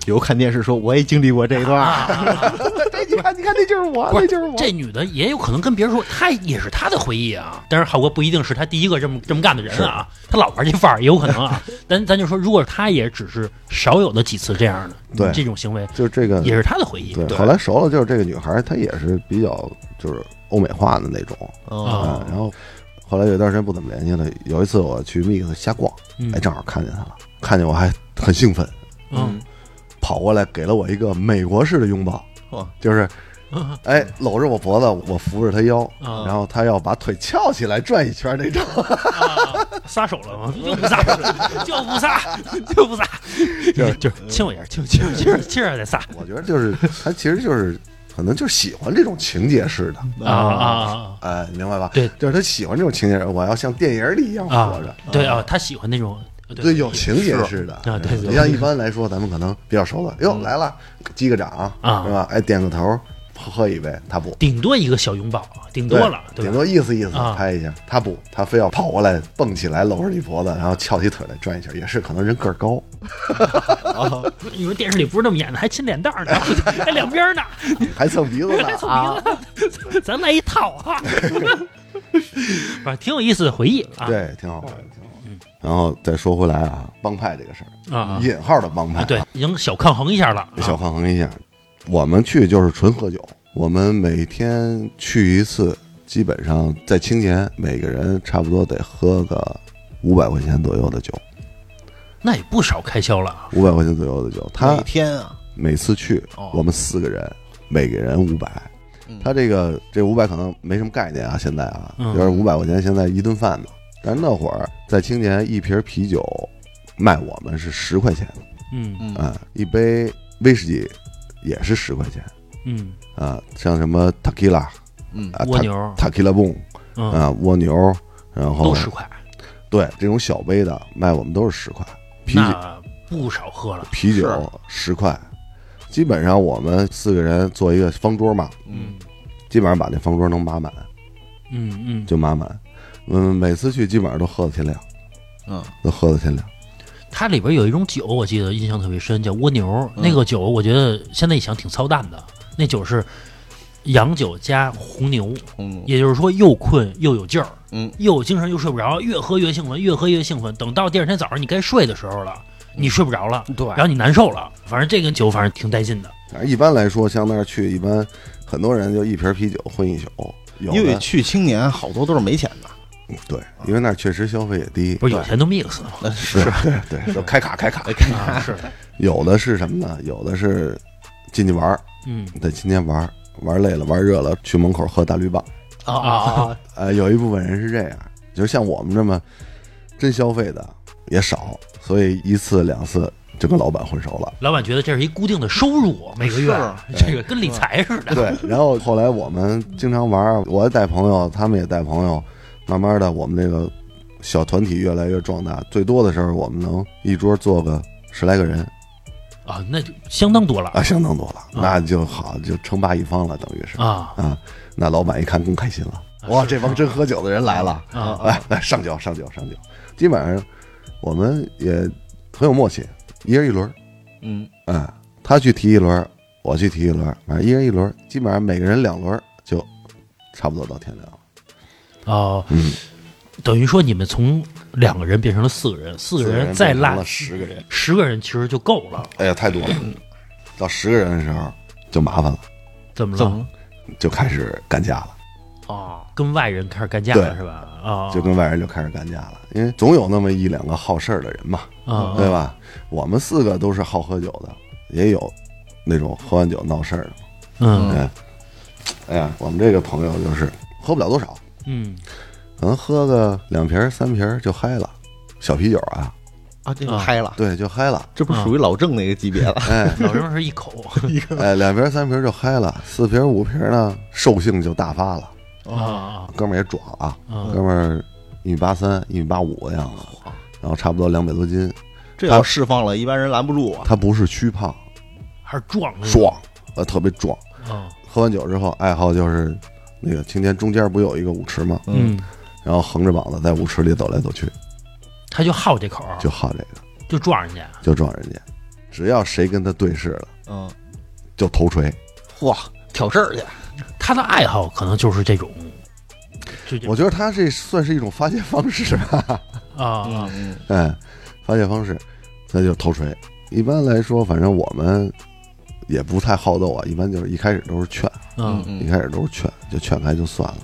有看电视说我也经历过这一段。 这你看，你看，这就是啊我，这啊就是我。这女的也有可能跟别人说，她也是她的回忆啊。但是浩哥不一定是她第一个这么这么干的人啊，她老玩这范儿也有可能啊。咱咱就说，如果她也只是少有的几次这样的，对这种行为就是这个也是她的回忆。啊对，后来熟了，就是这个女孩，她也是比较就是欧美化的那种，嗯啊，啊，然后后来有一段时间不怎么联系了。有一次我去 Mix 瞎逛，哎，正好看见他了，看见我还很兴奋，嗯跑过来给了我一个美国式的拥抱哇，就是。哎，搂着我脖子，我扶着他腰，啊然后他要把腿翘起来转一圈 那种，啊，撒手了吗？就不撒，就不撒， 就不撒，就是就是亲我一下，亲亲亲亲亲下再撒我觉得就是他其实就是可能就是喜欢这种情节式的，啊啊哎，你明白吧？对就是他喜欢这种情节，我要像电影里一样啊啊活着，！对啊，她喜欢那种对，有情节式的啊对对你像一般来说，咱们可能比较熟了，哟来了，击个掌啊是吧？哎，点个头，喝喝一杯，他不。顶多一个小拥抱，啊顶多了，对对顶吧？多意思意思啊，拍一下。他不，他非要跑过来，蹦起来，搂着你脖子，然后翘起腿来转一圈，也是可能人个儿高，你说电视里不是那么演的，还亲脸蛋儿 呢，还两边儿呢。还蹭鼻 子呢啊！咱来一套 啊，反正挺有意思的回忆啊。对，挺好玩的，挺好玩的。然后再说回来啊，帮派这个事儿，啊引号的帮派啊，啊，对，已经小抗衡一下了啊。小抗衡一下。我们去就是纯喝酒，我们每天去一次，基本上在青年每个人差不多得喝个五百块钱左右的酒，那也不少开销了啊。五百块钱左右的酒。他每天啊，每次去哦，我们四个人，每个人五百，他这个这五百可能没什么概念啊，现在啊，嗯要是五百块钱，现在一顿饭呢。但是那会儿在青年，一瓶啤酒卖我们是十块钱，嗯嗯啊，一杯威士忌也是十块钱嗯，啊，像什么 tequila 嗯啊，蜗牛， tequila boom 嗯，啊，哦蜗牛，然后都十块，对这种小杯的卖我们都是十块，啤酒那不少喝了，啤酒十块，基本上我们四个人做一个方桌嘛，嗯基本上把那方桌能码满嗯嗯，就码满，嗯，每次去基本上都喝到天亮，嗯，都喝到天亮，它里边有一种酒，我记得印象特别深，叫蜗牛。嗯那个酒，我觉得现在一想挺操蛋的。那酒是洋酒加红牛，嗯也就是说又困又有劲儿，嗯，又有精神又睡不着，越喝越兴奋，越喝越兴奋。等到第二天早上你该睡的时候了，你睡不着了，嗯对然后你难受了。反正这根酒，反正挺带劲的。反正一般来说，像那儿去一般很多人就一瓶啤酒混一宿，有因为的去青年好多都是没钱的，对，因为那儿确实消费也低，不是有钱都 mix 吗？那是对，都开卡开卡，啊，是，有的是什么呢？有的是进去玩儿，嗯在今天玩儿玩累了玩热了，去门口喝大绿棒。啊啊，呃，有一部分人是这样，就是像我们这么真消费的也少，所以一次两次就跟老板混熟了。 老板觉得这是一固定的收入，每个月，这个跟理财似的。对，然后后来我们经常玩儿，我也带朋友，他们也带朋友，慢慢的我们这个小团体越来越壮大，最多的时候我们能一桌坐个十来个人啊，那就相当多了哎啊，相当多了，那就好就称霸一方了，等于是啊啊，那老板一看更开心了，哇，这帮真喝酒的人来了，啊来来上酒上酒上酒，基本上我们也很有默契，一人一轮，嗯，哎、他去提一轮，我去提一轮，反正一人一轮，基本上每个人两轮就差不多到天亮了。哦，嗯等于说你们从两个人变成了四个人，四个人再拉拉了十个人，十个人其实就够了。哎呀，太多了，到十个人的时候就麻烦了，怎么怎了么？就开始干架了。啊？跟外人开始干架了对是吧？啊，就跟外人就开始干架了，因为总有那么一两个好事儿的人嘛，啊对吧？我们四个都是好喝酒的，也有那种喝完酒闹事儿的。嗯哎，哎呀，我们这个朋友就是喝不了多少，嗯可能喝个两瓶儿三瓶儿就嗨了，小啤酒啊，啊，这啊个嗨了，啊对，就嗨了。这不属于老郑那个级别了，哎老郑是一 口啊哎，两瓶儿三瓶儿就嗨了，四瓶儿五瓶儿呢，兽性就大发了。啊啊哥们儿也壮啊，嗯哥们儿一米八三、一米八五的样子，然后差不多两百多斤。这要释放了，一般人拦不住啊。他不是虚胖，还是壮的壮，呃，特别壮。啊喝完酒之后，爱好就是那个青年中间不有一个舞池吗？嗯，然后横着膀子在舞池里走来走去，他就好这口，就好这个，就撞人家。就撞人家。只要谁跟他对视了，嗯，就头锤。嚯，挑事儿去，他的爱好可能就是这种，就这我觉得他这算是一种发泄方式吧，啊嗯哎，发泄方式，他就头锤。一般来说，反正我们也不太好斗啊，一般就是一开始都是劝，嗯一嗯开始都是劝，就劝开就算了。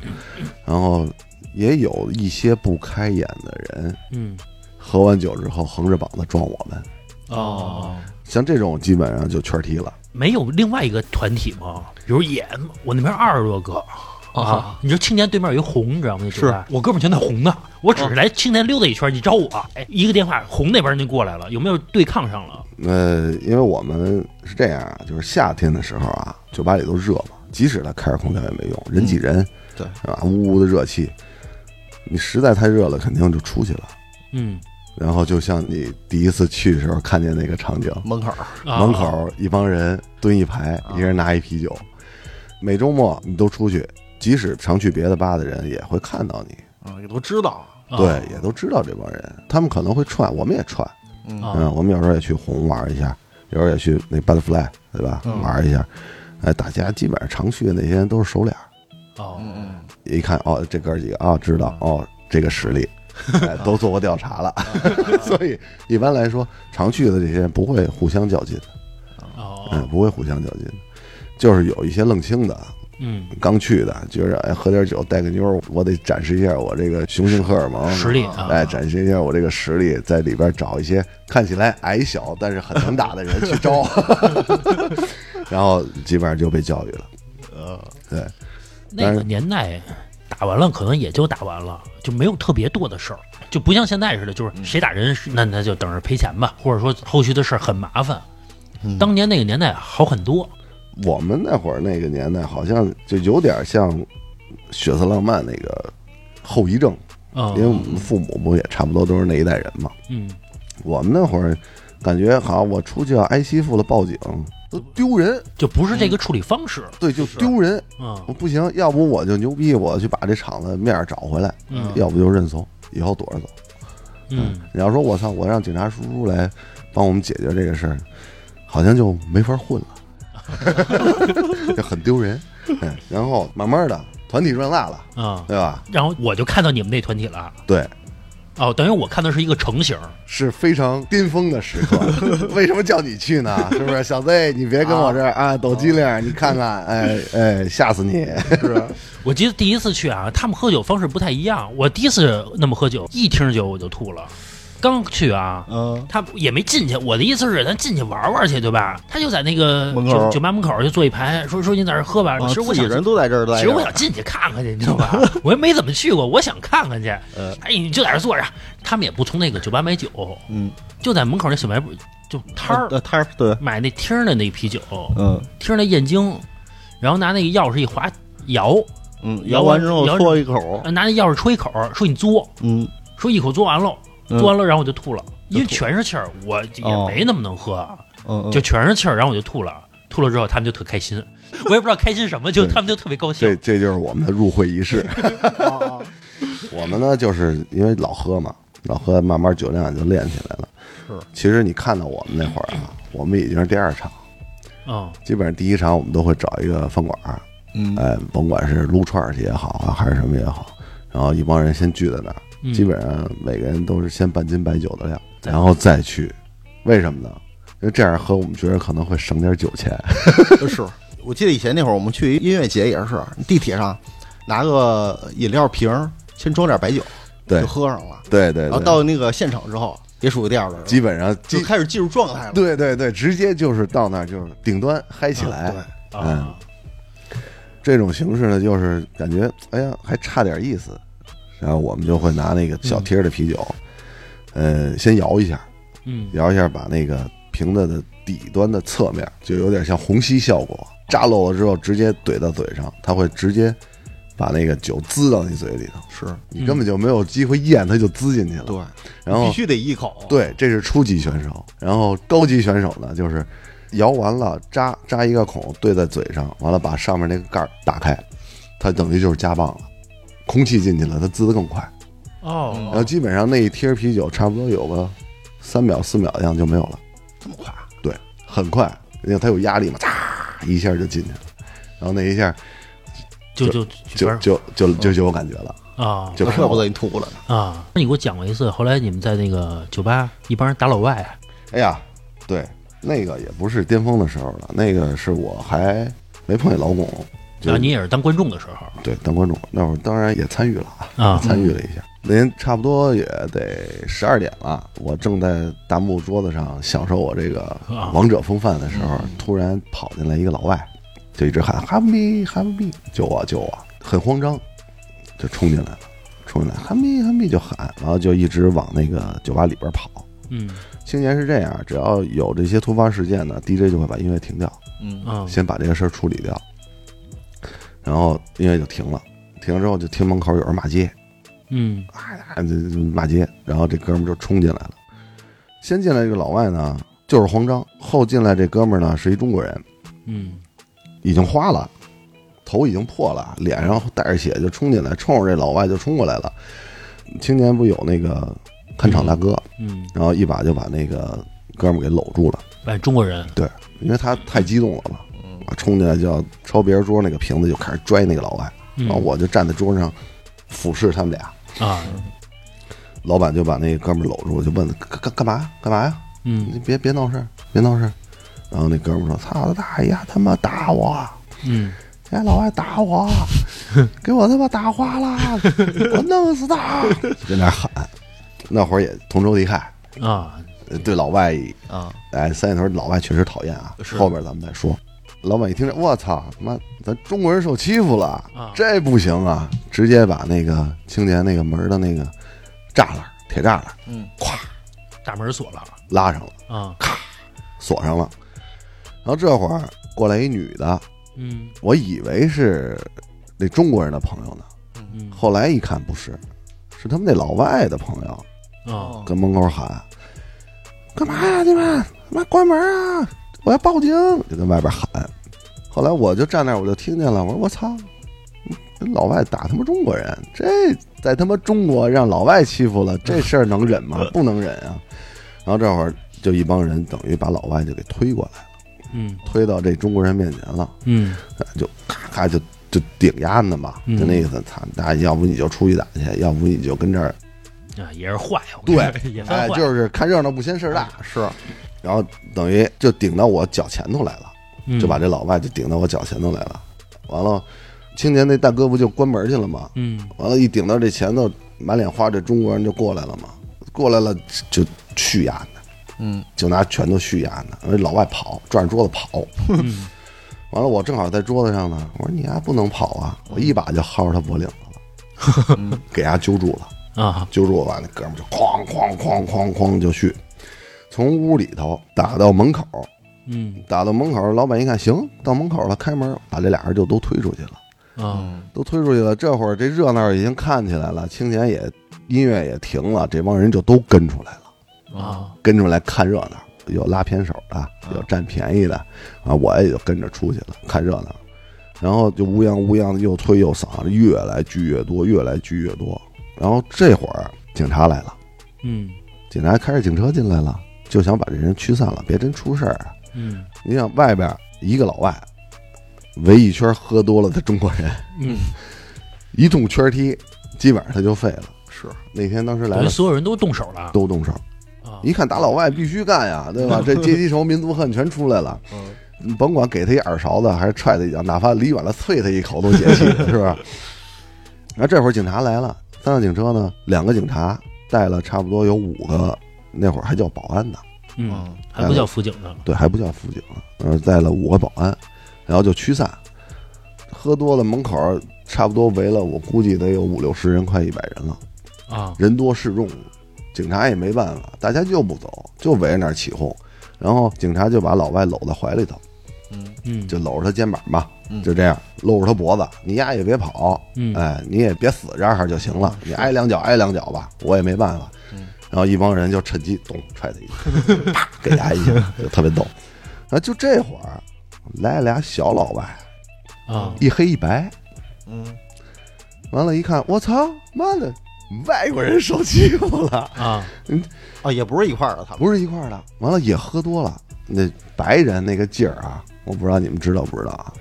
然后也有一些不开眼的人，嗯喝完酒之后横着膀子撞我们，哦。像这种基本上就圈踢了。没有另外一个团体吗？比如也，我那边二十多个。啊，你说青年对面有一红，你知道吗？那酒吧我哥们全在红呢，我只是来青年溜达一圈，你找我，哎，一个电话，红那边就过来了，有没有对抗上了？呃，因为我们是这样啊，就是夏天的时候啊，酒吧里都热嘛，即使他开着空调也没用，人挤人，对是吧？呜呜的热气，你实在太热了，肯定就出去了。嗯，然后就像你第一次去的时候看见那个场景，门口儿，啊门口一帮人蹲一排，一人拿一啤酒。每周末你都出去，即使常去别的吧的人也会看到你，嗯，也都知道，啊对，也都知道这帮人，他们可能会串，我们也串，啊嗯，我们有时候也去红玩一下，有时候也去那 Butterfly，对吧？玩一下，哎，大家基本上常去的那些人都是熟脸儿，哦嗯一看哦，这哥儿几个啊、知道哦，这个实力，哎、都做过调查了， 所以一般来说，常去的这些人不会互相较劲，哦嗯，不会互相较劲，就是有一些愣青的。嗯，刚去的，觉着哎，喝点酒带个妞儿，我得展示一下我这个雄性荷尔蒙实力啊哎，展示一下我这个实力，在里边找一些看起来矮小但是很能打的 哦 人去招，然后基本上就被教育了。呃，对，那个年代打完了，可能也就打完了，就没有特别多的事儿，就不像现在似的，就是谁打人，那那就等着赔钱吧，或者说后续的事儿很麻烦。当年那个年代好很多，我们那会儿那个年代，好像就有点像《血色浪漫》那个后遗症，因为我嗯们父母不也差不多都是那一代人嘛。嗯，我们那会儿感觉好像我出去要挨欺负了，报警都丢人，就不是这个处理方式，对，就丢人。我嗯不行，要不我就牛逼，我去把这厂子面儿找回来，嗯要不就认怂，以后躲着走。嗯，你要说我操，我让警察叔叔来帮我们解决这个事儿，好像就没法混了， 就很丢人。嗯，然后慢慢的团体壮大了，啊、对吧？然后我就看到你们那团体了，对，哦，等于我看的是一个成型，是非常巅峰的 时刻。为什么叫你去呢？是不是小 Z？你别跟我这儿啊抖机灵，你看看，哎哎，吓死你！啊是，我记得第一次去啊，他们喝酒方式不太一样。我第一次那么喝酒，一听酒我就吐了。刚去啊，嗯他也没进去。我的意思是，咱进去玩玩去，对吧？他就在那个门口酒酒吧门口就坐一排，说说你在这儿喝吧。啊其实我自己想，人都在这儿其待实我想着，进去看看去，你知道 吧？我也没怎么去过，我想看看去。呃哎，你就在这儿坐着。他们也不从那个酒吧买酒，嗯，就在门口那小卖部就摊儿呃摊儿对，买那听儿的那啤酒，嗯听儿的燕京，然后拿那个钥匙一划摇。嗯，摇摇完完之后摇啜一口，拿那钥匙戳一口，说你嘬，哦 嗯，说一口嘬完了，嗯嘬完了，然后我就吐了，因为就吐全是气儿，我也没那么能喝，啊嗯嗯就全是气儿，然后我就吐了，吐了之后他们就特开心，我也不知道开心什么，就他们就特别高这兴，这就是我们的入会 仪式。哦 我们呢，就是因为老喝嘛，老喝慢慢酒量就练起来了。是，其实你看到我们那会儿啊，我们已经是第二场，嗯基本上第一场我们都会找一个饭馆儿，嗯哎，甭管是撸串儿去也好啊，还是什么也好，然后一帮人先聚在那儿，嗯基本上每个人都是先半斤白酒的量，对然后再去，为什么呢？因为这样喝，我们觉得可能会省点酒钱。 是我记得以前那会儿我们去音乐节也是，地铁上拿个饮料瓶儿，先装点白酒，对就喝上了。对对然后对，到那个现场之后，也属于第二轮了，基本上就基开始进入状态了。对对对，直接就是到那儿就是顶端嗨起来。对啊，这种形式呢，就是感觉哎呀还差点意思，然后我们就会拿那个嗯小贴儿的啤酒，呃，先摇一下，嗯摇一下把那个瓶子的底端的侧面，就有点像虹吸效果，扎漏了之后直接怼到嘴上，它会直接把那个酒滋到你嘴里头，是，你根本就没有机会咽，它就滋进去了。嗯对，然后必须得一口。，哦对，这是初级选手，然后高级选手呢，就是摇完了扎扎一个孔对在嘴上，完了把上面那个盖儿打开，它等于就是加棒了，空气进去了，它滋得更快。然哦后基本上那一贴啤酒差不多有个三秒四秒的样就没有了，这么快啊，对，很快，因为它有压力嘛，嚓一下就进去了，然后那一下就就就就就就就有感觉了，啊哦那就怪飘不了得你吐了呢。啊，那你给我讲过一次，后来你们在那个酒吧一帮人打老外，啊哎呀，对，那个也不是巅峰的时候了，那个是我还没碰见老巩。就然后啊你也是当观众的时候对，当观众那会儿当然也参与了啊，啊，参与了一下。那天差不多也得十二点了，我正在大木桌子上享受我这个啊嗯王者风范的时候，突然跑进来一个老外，就一直喊哈密哈密，救我救我，很慌张，就冲进来了，冲进来哈密哈密就喊，然后就一直往那个酒吧里边跑。嗯青年是这样，啊只要有这些突发事件呢，DJ 就会把音乐停掉，嗯啊先把这个事儿处理掉，然后音乐就停了。停了之后，就听门口有人骂街，嗯啊，这这骂街，然后这哥们儿就冲进来了。先进来这个老外呢，就是慌张；后进来这哥们儿呢，是一中国人，嗯已经花了，头已经破了，脸上带着血就冲进来，冲着这老外就冲过来了。青年不有那个看场大哥，嗯，然后一把就把那个哥们儿给搂住了，哎，中国人对，因为他太激动了嘛，啊，冲进来就要抄别人桌那个瓶子，就开始拽那个老外，嗯然后我就站在桌上俯视他们俩。啊，老板就把那哥们儿搂住，我就问他干干嘛干嘛呀？嗯你别别闹事儿，别闹事儿。然后那哥们儿说：“操他大爷，他妈打我！嗯哎，老外打我，给我他妈打花了，我弄死 他！”在那喊，那会儿也同仇敌忾，啊，对老外，啊，哎，三里屯老外确实讨厌啊。是后边咱们再说。老板一听这，我操，妈，咱中国人受欺负了，啊这不行啊！直接把那个青年那个门的那个栅栏、铁栅栏大门锁了拉上了，啊，锁上了。然后这会儿过来一女的，嗯我以为是那中国人的朋友呢，嗯后来一看不是，是他们那老外的朋友，啊，跟门口喊：“干嘛呀、你们？妈关门啊！我要报警！”就跟外边喊。后来我就站那儿，我就听见了，我说：“我操！老外打他妈中国人，这在他妈中国让老外欺负了，这事儿能忍吗？不能忍啊！”然后这会儿就一帮人等于把老外就给推过来，嗯推到这中国人面前了，嗯就咔咔就就顶丫呢嘛，就那意思，操，那要不你就出去打去，要不你就跟这儿啊，也是坏，我对跟你 说也哎算，坏，嗯就是看热闹不嫌事儿大，是然后等于就顶到我脚前头来了，嗯就把这老外就顶到我脚前头来了。完了，青年那大哥不就关门去了吗？嗯完了，一顶到这前头，满脸花，这中国人就过来了嘛，过来了就续压呢，嗯，就拿拳头续压呢。而老外跑，转着桌子跑。嗯 完了，我正好在桌子上呢，我说你丫不能跑啊！我一把就薅着他脖领子了，给丫揪住了。啊揪住我吧，那哥们儿就哐哐哐哐哐就去，从屋里头打到门口，嗯打到门口，老板一看行，到门口了，开门，把这俩人就都推出去了，啊都推出去了。这会儿这热闹已经看起来了，青年也音乐也停了，这帮人就都跟出来了，啊跟出来看热闹，有拉偏手的，有占便宜的，啊，我也就跟着出去了看热闹。然后就乌泱乌泱的又推又搡，越来聚越多，越来聚越多。然后这会儿警察来了。嗯警察开着警车进来了，就想把这人驱散了，别真出事儿啊！嗯你想外边一个老外围一圈喝多了的中国人，嗯， 一通圈踢，基本上他就废了。是那天当时来等于了所有人都动手了都动手，啊一看打老外必须干呀，对吧？这阶级仇、民族恨全出来了。你甭管给他一耳勺子，还是踹他一脚，哪怕离远了啐他一口都解气，是吧？然后这会儿警察来了，三辆警车呢，两个警察带了差不多有五个，那会儿还叫保安呢。嗯，还不叫辅警呢，对，还不叫辅警，呃，带了五个保安，然后就驱散。喝多了，门口儿差不多围了，我估计得有五六十人，快一百人了，啊人多势众，警察也没办法，大家就不走，就围着那儿起哄。然后警察就把老外搂在怀里头，嗯就搂着他肩膀吧，就这样搂着他脖子，你丫也别跑，嗯哎，你也别死这儿就行了，你挨两脚挨两脚吧，我也没办法。嗯然后一帮人就趁机咚踹他一下， 啪给他一下，就特别逗。然后就这会儿来俩小老外，啊一黑一白，嗯，完了，一看我操，妈的，外国人受欺负了，啊啊，也不是一块儿的，他们不是一块儿的。完了也喝多了，那白人那个劲儿啊，我不知道你们知道不知道啊，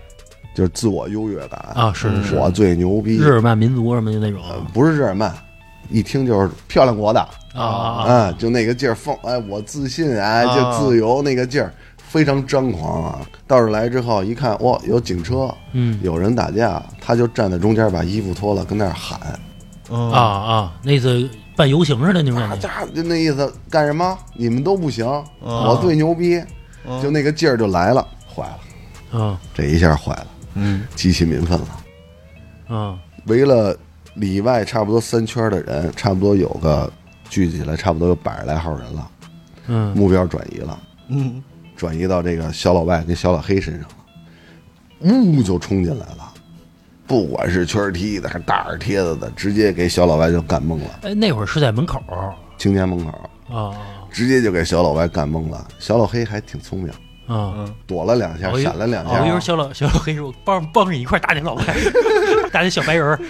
就是自我优越感啊是是是我最牛逼，日耳曼民族什么的那种呃不是日耳曼，一听就是漂亮国的啊啊啊，就那个劲儿，放哎，我自信哎，啊就自由那个劲儿，非常张狂啊。到这儿来之后一看，哇，有警车，嗯有人打架，他就站在中间，把衣服脱了，跟那儿喊，哦啊啊，那次办游行似的那种啊，感觉，家就那意思，干什么？你们都不行，我最牛逼，就那个劲儿就来了，坏了，啊这一下坏了，嗯，激起民愤了。啊围了里外差不多三圈的人，差不多有个聚集起来，差不多有百十来号人了，嗯目标转移了，嗯，转移到这个小老外跟小老黑身上了，呜就冲进来了，不管是圈踢的还是大耳贴子的，直接给小老外就干懵了，哎那会儿是在门口青年门口啊直接就给小老外干懵了。小老黑还挺聪明。啊。躲了两下，我一闪了两我一会儿下，小老小老黑说帮帮着你一块儿打那老白， 打那小白人儿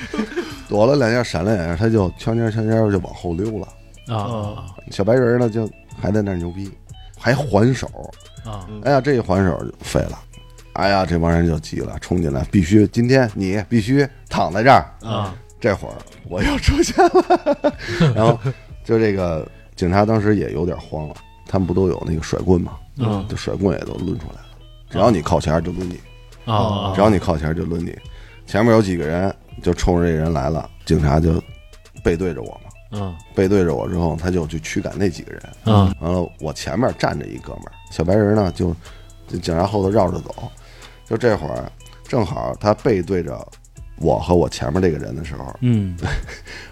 躲了两下，闪了两下，他就悄悄悄悄就往后溜了。哦啊小白人呢，就还在那儿牛逼，还还手。啊哎呀，这一还手就废了。哎呀，这帮人就急了，冲进来，必须今天你必须躺在这儿。啊这会儿我又出现了， 然后就这个警察当时也有点慌了，他们不都有那个甩棍吗？嗯就甩棍也都抡出来了，只要你靠前儿就抡你。啊啊！只要你靠前就抡你。前面有几个人就冲着这人来了，警察就背对着我嘛，嗯背对着我之后，他就去驱赶那几个人。嗯完了，我前面站着一哥们儿，小白人呢就就警察后头绕着走，就这会儿正好他背对着我和我前面这个人的时候，嗯，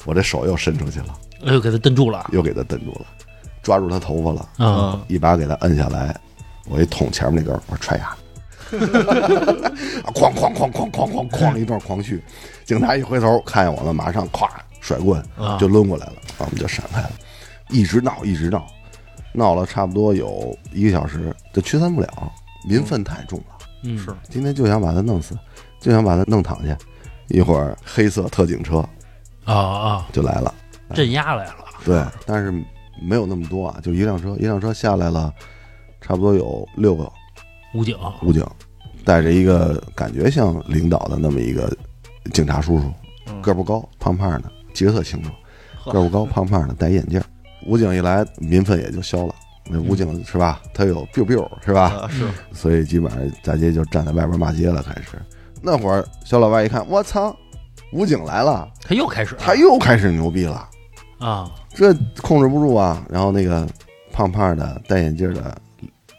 我这手又伸出去了，哎呦，给他蹬住了又给他蹬住了，抓住他头发了，啊！一把给他摁下来，我一捅前面那根儿，我说踹牙，哐哐哐哐哐哐哐一顿狂去，警察一回头看见我了，马上咵甩棍啊就抡过来了，我们就闪开了，一直闹一直闹，闹了差不多有一个小时，就驱散不了，民愤太重了。嗯，是今天就想把他弄死，就想把他弄躺下。一会儿黑色特警车啊啊，就来了，镇压来了，对，但是没有那么多啊，就一辆车，一辆车下来了，差不多有六个武警武警，带着一个感觉像领导的那么一个警察叔叔，个儿不高，胖胖的，记得特清楚，个儿不高，胖胖的，戴眼镜儿。武警一来，民愤也就消了。那武警是吧？他有 biu biu 是吧？啊，是所以基本上大街就站在外边骂街了。开始那会儿，小老外一看，我操，武警来了，他又开始了他又开始牛逼了，啊，这控制不住啊。然后那个胖胖的戴眼镜的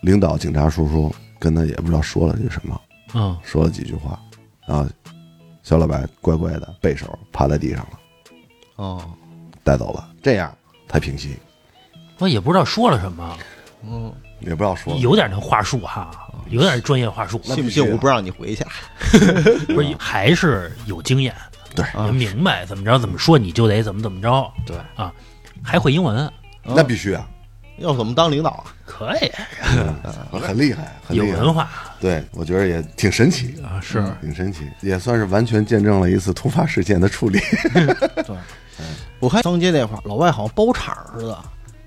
领导警察叔叔跟他也不知道说了句什么，嗯说了几句话，然后小老板乖乖的背手趴在地上了，哦，带走了，这样才平息。我也不知道说了什么，嗯，也不要说了，有点那话术哈，有点专业话术，那信不必须信啊我不让你回去？不是还是有经验，对也明白怎么着怎么说你就得怎么怎么着，对啊，还会英文，那必须啊，要怎么当领导啊？可以，很厉害，很啊有厉害，文化对，我觉得也挺神奇的。嗯啊，是挺神奇，也算是完全见证了一次突发事件的处理。 我看张街那会儿，老外好像包场似的，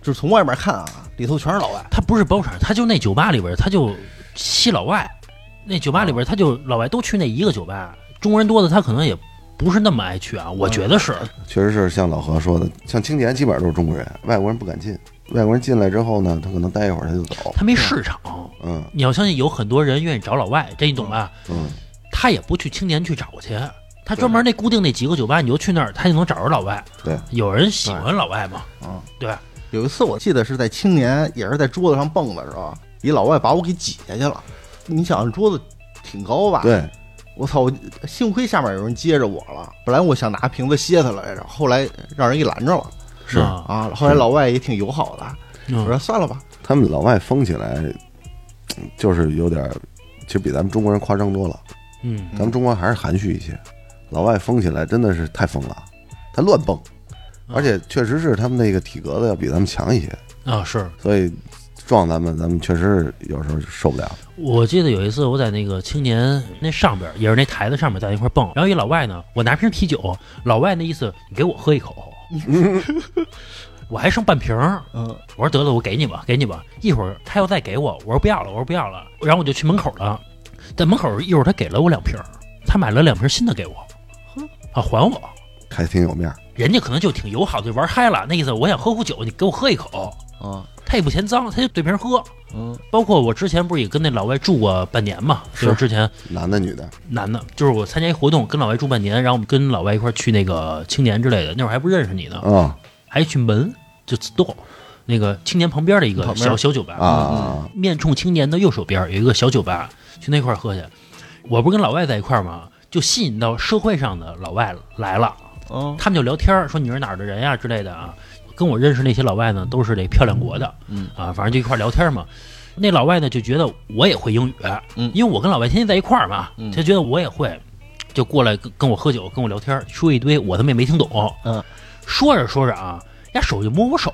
就是从外面看啊，里头全是老外。他不是包场，他就那酒吧里边，他就吸老外。那酒吧里边，他就老外都去那一个酒吧，中国人多的，他可能也不是那么爱去啊。我觉得是，确实是像老何说的，像青年基本上都是中国人，外国人不敢进。外国人进来之后呢，他可能待一会儿他就走。他没市场。嗯你要相信，有很多人愿意找老外，这你懂吧？嗯，他也不去青年去找去，他专门那固定那几个酒吧，你就去那儿，他就能找着老外。对，有人喜欢老外嘛？嗯，对吧，有一次我记得是在青年，也是在桌子上蹦的时候，一老外把我给挤下去了。你想桌子挺高吧？，对，我操！我幸亏下面有人接着我了，本来我想拿瓶子歇他来着，后来让人给拦着了是啊，啊。后来老外也挺友好的，我嗯说算了吧，他们老外疯起来，就是有点儿，其实比咱们中国人夸张多了。嗯，咱们中国还是含蓄一些，老外疯起来真的是太疯了，他乱蹦，而且确实是他们那个体格子要比咱们强一些，啊是。所以撞咱们，咱们确实是有时候受不了。我记得有一次我在那个青年那上边儿，也是那台子上面，在一块儿蹦，然后一老外呢，我拿瓶啤酒，老外那意思你给我喝一口，我还剩半瓶儿，嗯，我说得了，我给你吧，给你吧，一会儿他要再给我，我说不要了，我说不要了，然后我就去门口了，在门口一会儿他给了我两瓶儿，他买了两瓶新的给我，啊还我，还挺有面儿，人家可能就挺友好，就玩嗨了，那意思我想喝壶酒，你给我喝一口，啊，他也不嫌脏，他就对瓶儿喝。嗯，包括我之前不是也跟那老外住过半年嘛，就是之前男的女的，男的，就是我参加一活动，跟老外住半年，然后我们跟老外一块儿去那个青年之类的，那会儿还不认识你呢，嗯啊还去门就 store 那个青年旁边的一个旁边小小酒吧，啊，面冲青年的右手边有一个小酒吧，去那块儿喝去。我不是跟老外在一块儿吗？就吸引到社会上的老外来了，嗯，他们就聊天儿说你是哪儿的人呀、之类的啊。跟我认识那些老外呢，都是这漂亮国的，嗯啊，反正就一块儿聊天嘛。那老外呢就觉得我也会英语，嗯因为我跟老外天天在一块儿嘛，嗯他觉得我也会，就过来跟跟我喝酒，跟我聊天儿，说一堆我他妈也没听懂，嗯，说着说着啊，人家手就摸我手，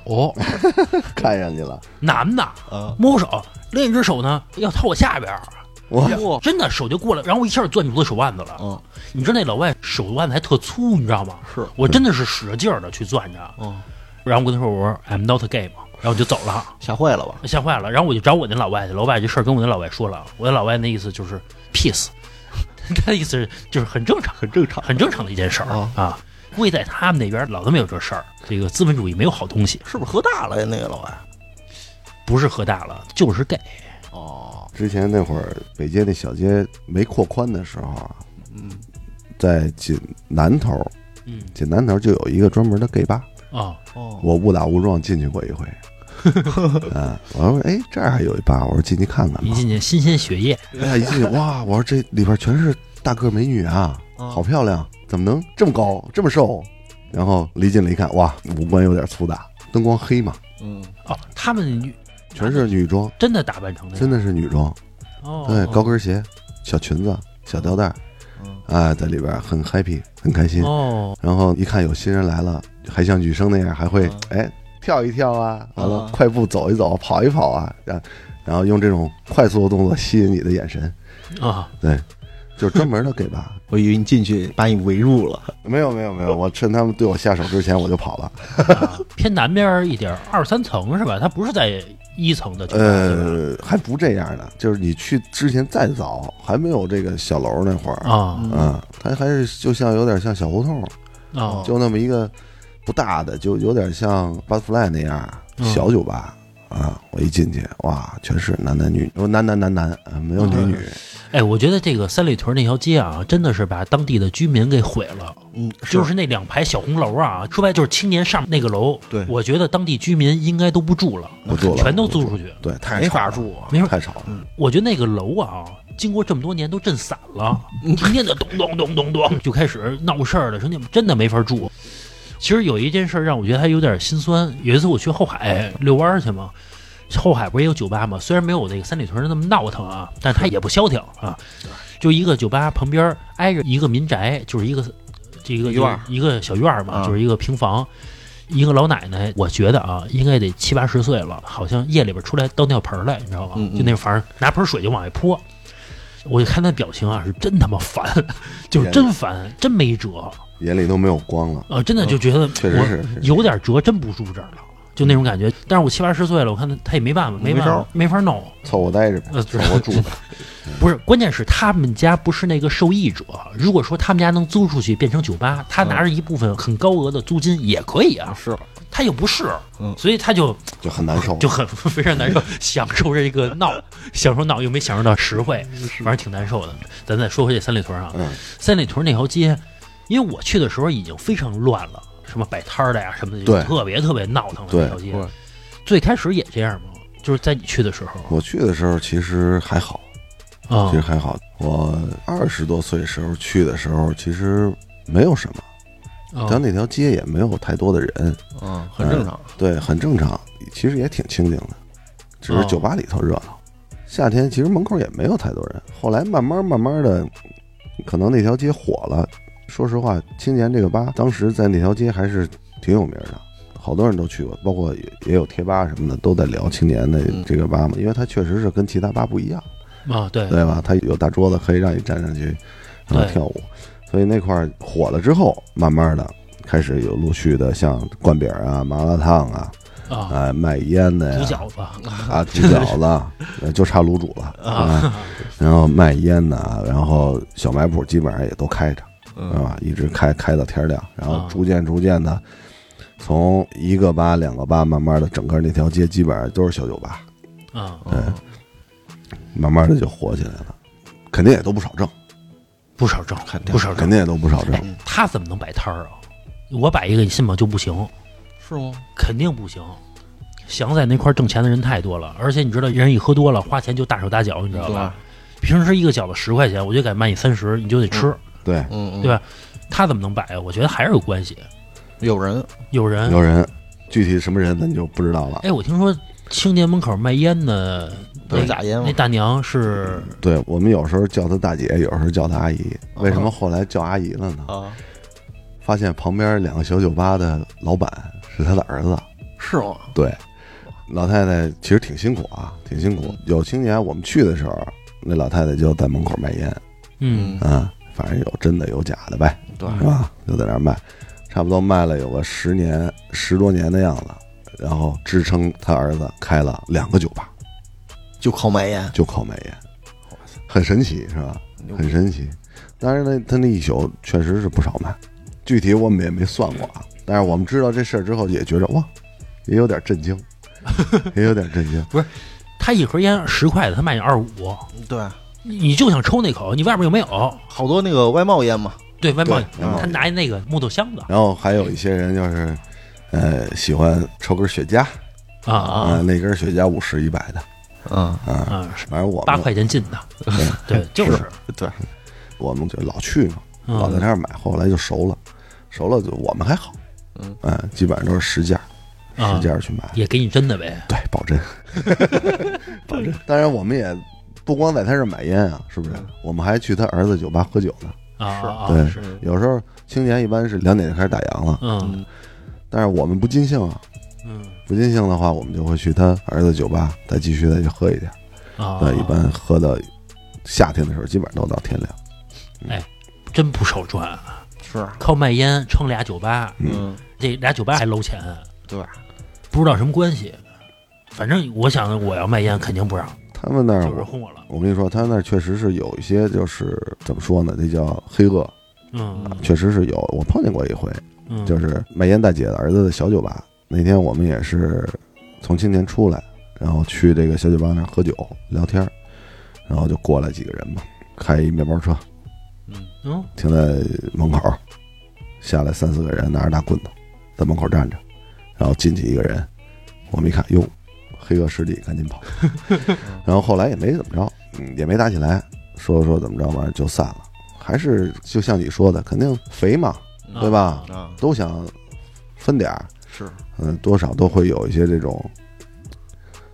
看上去了，男的嗯摸我手，另一只手呢要掏我下边儿，哇哇真的手就过来，然后我一下就攥住他手腕子了，哦嗯你知道那老外手腕子还特粗，你知道吗？是我真的是使着劲儿的去攥着，嗯，然后我跟他说我说 I'm not gay 嘛，然后我就走了，吓坏了吧？吓坏了，然后我就找我那老外去，老外这事儿跟我那老外说了，我那老外那意思就是 peace，他的意思就是很正常，很正常，很正常的一件事儿、啊啊。估计在他们那边老他妈有这事儿，这个资本主义没有好东西，是不是喝大了呀？那个老外？不是喝大了就是 gay，哦，之前那会儿北街那小街没扩宽的时候啊，嗯在锦南头，嗯锦南头就有一个专门的 gay 吧，啊哦， 我误打误撞进去过一回，嗯，我说哎，这儿还有一吧，我说进去看看一吧。进去新鲜血液，哎呀，一进去哇，我说这里边全是大个美女啊，嗯好漂亮，怎么能这么高这么瘦？然后离近了一看，哇，五官有点粗大，灯光黑嘛，嗯，哦，他们女全是女装，真的打扮成那样，真的是女装，哦，对，哦嗯高跟鞋、小裙子、小吊带儿，啊，在里边很 happy，很开心。哦，然后一看有新人来了，还像女生那样，还会哎跳一跳啊，完了啊快步走一走，跑一跑啊，然然后用这种快速的动作吸引你的眼 神，啊，对，就是专门的给吧。我以为你进去把你围住了， 没有没有没有，我趁他们对我下手之前我就跑了。偏南边一点，二三层是吧？它不是在一层的酒吧，对吧呃，还不这样呢，就是你去之前再早，还没有这个小楼那会儿，啊嗯，它还是就像有点像小胡同，啊，就那么一个不大的，就有点像 Butterfly 那样嗯小酒吧。啊！我一进去，哇，全是男男女女，我男男男男，啊没有女女。哎，我觉得这个三里屯那条街啊，真的是把当地的居民给毁了。嗯，就是那两排小红楼啊，说白了就是青年上面那个楼。对我觉得当地居民应该都不住了，不住了全都租出去。对，太没吵法了住啊，没法太吵了。我觉得那个楼啊，经过这么多年都震散了，天天的咚咚咚咚咚就开始闹事儿了，说你们真的没法住。其实有一件事让我觉得还有点心酸。有一次我去后海遛弯儿去嘛，后海不是也有酒吧嘛？虽然没有那个三里屯那么闹腾啊，但它也不消停啊。就一个酒吧旁边挨着一个民宅，就是一个这一个院儿一个小院儿嘛，啊就是一个平房。一个老奶奶，我觉得啊，应该得七八十岁了，好像夜里边出来倒尿盆儿来，你知道吧？嗯嗯就那反正拿盆水就往外泼，我就看她表情啊，是真他妈烦， 就是真烦，真没辙眼里都没有光了。啊！真的就觉得嗯确实是我有点辙，真不住这儿了，就那种感觉。但是我七八十岁了，我看她她也没办法，没办招法儿，没法弄。凑合待着呗，呃凑合住 呗。不是，关键是他们家不是那个受益者。如果说他们家能租出去变成酒吧，他拿嗯着一部分很高额的租金也可以啊，是他又不是嗯，所以他就就很难受。就很非常难受，享受这个 闹，享受闹又没享受到实惠，反正挺难受的。咱再说回这三里屯啊，嗯三里屯那条街，因为我去的时候已经非常乱了，什么摆摊儿的呀什么的，就对特别特别闹腾的对那条街对。最开始也这样嘛，就是在你去的时候我去的时候其实还好，啊其实还好。我二十多岁时候去的时候，其实没有什么，啊咱那条街也没有太多的人，嗯，很正常，对，很正常，其实也挺清静的，只是哦酒吧里头热闹。夏天其实门口也没有太多人，后来慢慢慢慢的，可能那条街火了。说实话，青年这个吧当时在那条街还是挺有名的，好多人都去过，包括也也有贴吧什么的都在聊青年的这个吧嘛，因为它确实是跟其他吧不一样。啊对对吧？它有大桌子可以让你站上去，然后对跳舞。所以那块儿火了之后，慢慢的开始有陆续的像灌饼啊、麻辣烫啊、啊，啊卖烟的煮呀、饺子啊煮饺子， 呃就差卤煮了啊。然后卖烟的啊，然后小卖部基本上也都开着，嗯是吧？一直开开到天亮，然啊后逐渐逐渐的，从一个吧、两个吧，慢慢的整个那条街基本上都是小酒吧，嗯啊，慢慢的就火起来了，肯定也都不少挣。不少挣，不少挣。嗯肯定也都不少挣。他怎么能摆摊儿啊？我摆一个，你信吗？就不行。是吗？肯定不行。想在那块儿挣钱的人太多了，而且你知道，人一喝多了，花钱就大手大脚，你知道对吧吧？？平时一个饺子十块钱，我就敢卖你三十，你就得吃，对，嗯，对吧？他怎么能摆啊？我觉得还是有关系，有人有人。有人具体什么人咱就不知道了。哎，我听说青年门口卖烟的都是那假烟吗那？大娘是对我们有时候叫她大姐，有时候叫她阿姨。啊为什么后来叫阿姨了呢？啊，发现旁边两个小酒吧的老板是她的儿子。是吗？对，老太太其实挺辛苦啊，挺辛苦。有青年我们去的时候，那老太太就在门口卖烟嗯啊，反正有真的有假的呗，对是吧？就在那儿卖，差不多卖了有个十年十多年的样子，然后支撑她儿子开了两个酒吧。就靠卖烟，就靠卖烟，很神奇是吧？很神奇。当然呢，他那一宿确实是不少卖，具体我们也没算过啊。但是我们知道这事儿之后，也觉着哇，也有点震 惊，也有点震惊。他一盒烟十块的，他卖你二五，对，你就想抽那口，你外边有没有？好多那个外贸烟嘛，对外贸对外贸他拿一那个木头箱子然后还有一些人就是，呃，喜欢抽根雪茄，啊啊啊，那根雪茄五十一百的，嗯，啊！是反正我们八块钱进的，对，就是对，我们就老去嘛，嗯老在那儿买，后来就熟了，熟了就我们还好，嗯，基本上都是十件儿，啊十件儿去买，也给你真的呗。对，保 真，保真。当然，我们也不光在他这儿买烟啊，是不是？我们还去他儿子酒吧喝酒呢。啊嗯啊，对啊是，有时候青年一般是两点就开始打烊了，嗯但是我们不尽兴啊，嗯不尽兴的话，我们就会去他儿子酒吧再继续再去喝一点。啊，嗯对，一般喝到夏天的时候，基本上都到天亮。真不少赚，是，靠卖烟撑俩酒吧，嗯，这俩酒吧还搂钱，对，不知道什么关系。反正我想，我要卖烟肯定不让，他们那儿就是我。轰我了。我跟你说，他那儿确实是有一些，就是怎么说呢？这叫黑恶，嗯确实是有。我碰见过一回，嗯，就是卖烟大姐的儿子的小酒吧。那天我们也是从青年出来，然后去这个小酒吧那儿喝酒聊天儿，然后就过来几个人嘛，开一面包车嗯停在门口儿，下来三四个人拿着大棍子在门口站着，然后进去一个人，我们一看，哟，黑恶势力，赶紧跑。然后后来也没怎么着，嗯，也没打起来，说说怎么着，完了就散了。还是就像你说的，肯定肥嘛，对吧？啊，都想分点儿，是，嗯，多少都会有一些这种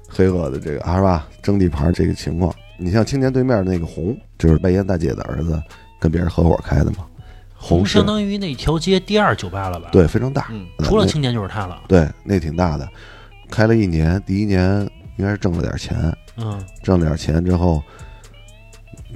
黑恶的这个啊是吧争地盘儿这个情况。你像青年对面那个红，就是卖烟大姐的儿子跟别人合伙开的嘛，红红是相当于那条街第二酒吧了吧？，对非常大，嗯除了那青年就是他了。对那挺大的，开了一年，第一年应该是挣了点钱，嗯挣了点钱之后，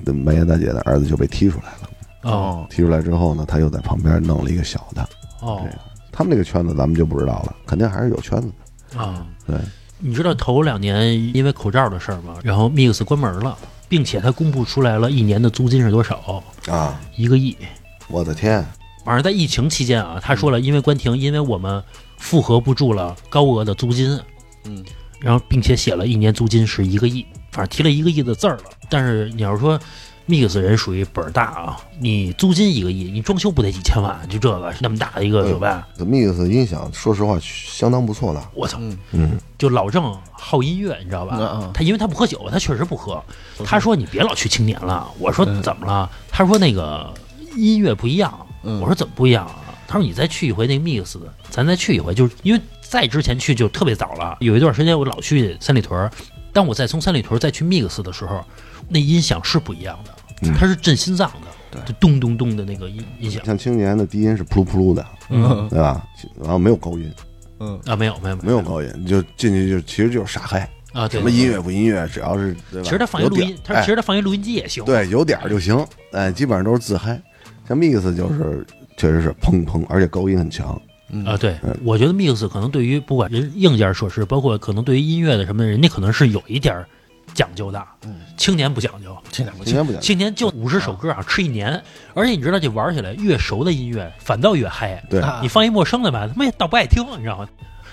那卖烟大姐的儿子就被踢出来了，哦踢出来之后呢，他又在旁边弄了一个小的，哦他们这个圈子咱们就不知道了，肯定还是有圈子的，啊！对。你知道头两年因为口罩的事儿吗？然后 Mix 关门了，并且他公布出来了一年的租金是多少，啊，一个亿。我的天，反正在疫情期间啊，他说了，因为关停，因为我们负荷不住了高额的租金，嗯，然后并且写了一年租金是一个亿，反正提了一个亿的字儿了。但是你要是说 Mix 人属于本儿大啊，你租金一个亿，你装修不得几千万？就这个那么大的一个酒吧， The Mix 音响，说实话相当不错的。我操！嗯，就老郑好音乐，你知道吧？嗯嗯他因为他不喝酒，他确实不喝。他说你别老去青年了。我说怎么了？他说那个音乐不一样。我说怎么不一样啊？他说你再去一回那个 mix 的，咱再去一回，就是因为再之前去就特别早了。有一段时间我老去三里屯儿，当我再从三里屯儿再去 mix 的时候，那音响是不一样的，嗯它是震心脏的，就咚咚咚的那个音音响像青年的低音是扑噜扑噜的，嗯对吧？然后没有高音，嗯，啊，没有没有没有高音，你就进去就其实就是傻嗨，啊，对什么音乐不音乐，只要是对吧其实他放一录有音点，他其哎实他放一录音机也行。对有点儿就行，哎，基本上都是自嗨。像 Mix 就是确实是砰砰，而且高音很强，啊，对，我觉得 Mix 可能对于不管人硬件设施，包括可能对于音乐的什么的，人家可能是有一点儿讲究的。青年不讲究，这两个今天不讲青年就五十首歌啊，吃一年。而且你知道，这玩起来越熟的音乐反倒越嗨。对啊你放一陌生的吧，他妈也倒不爱听，你知道吗？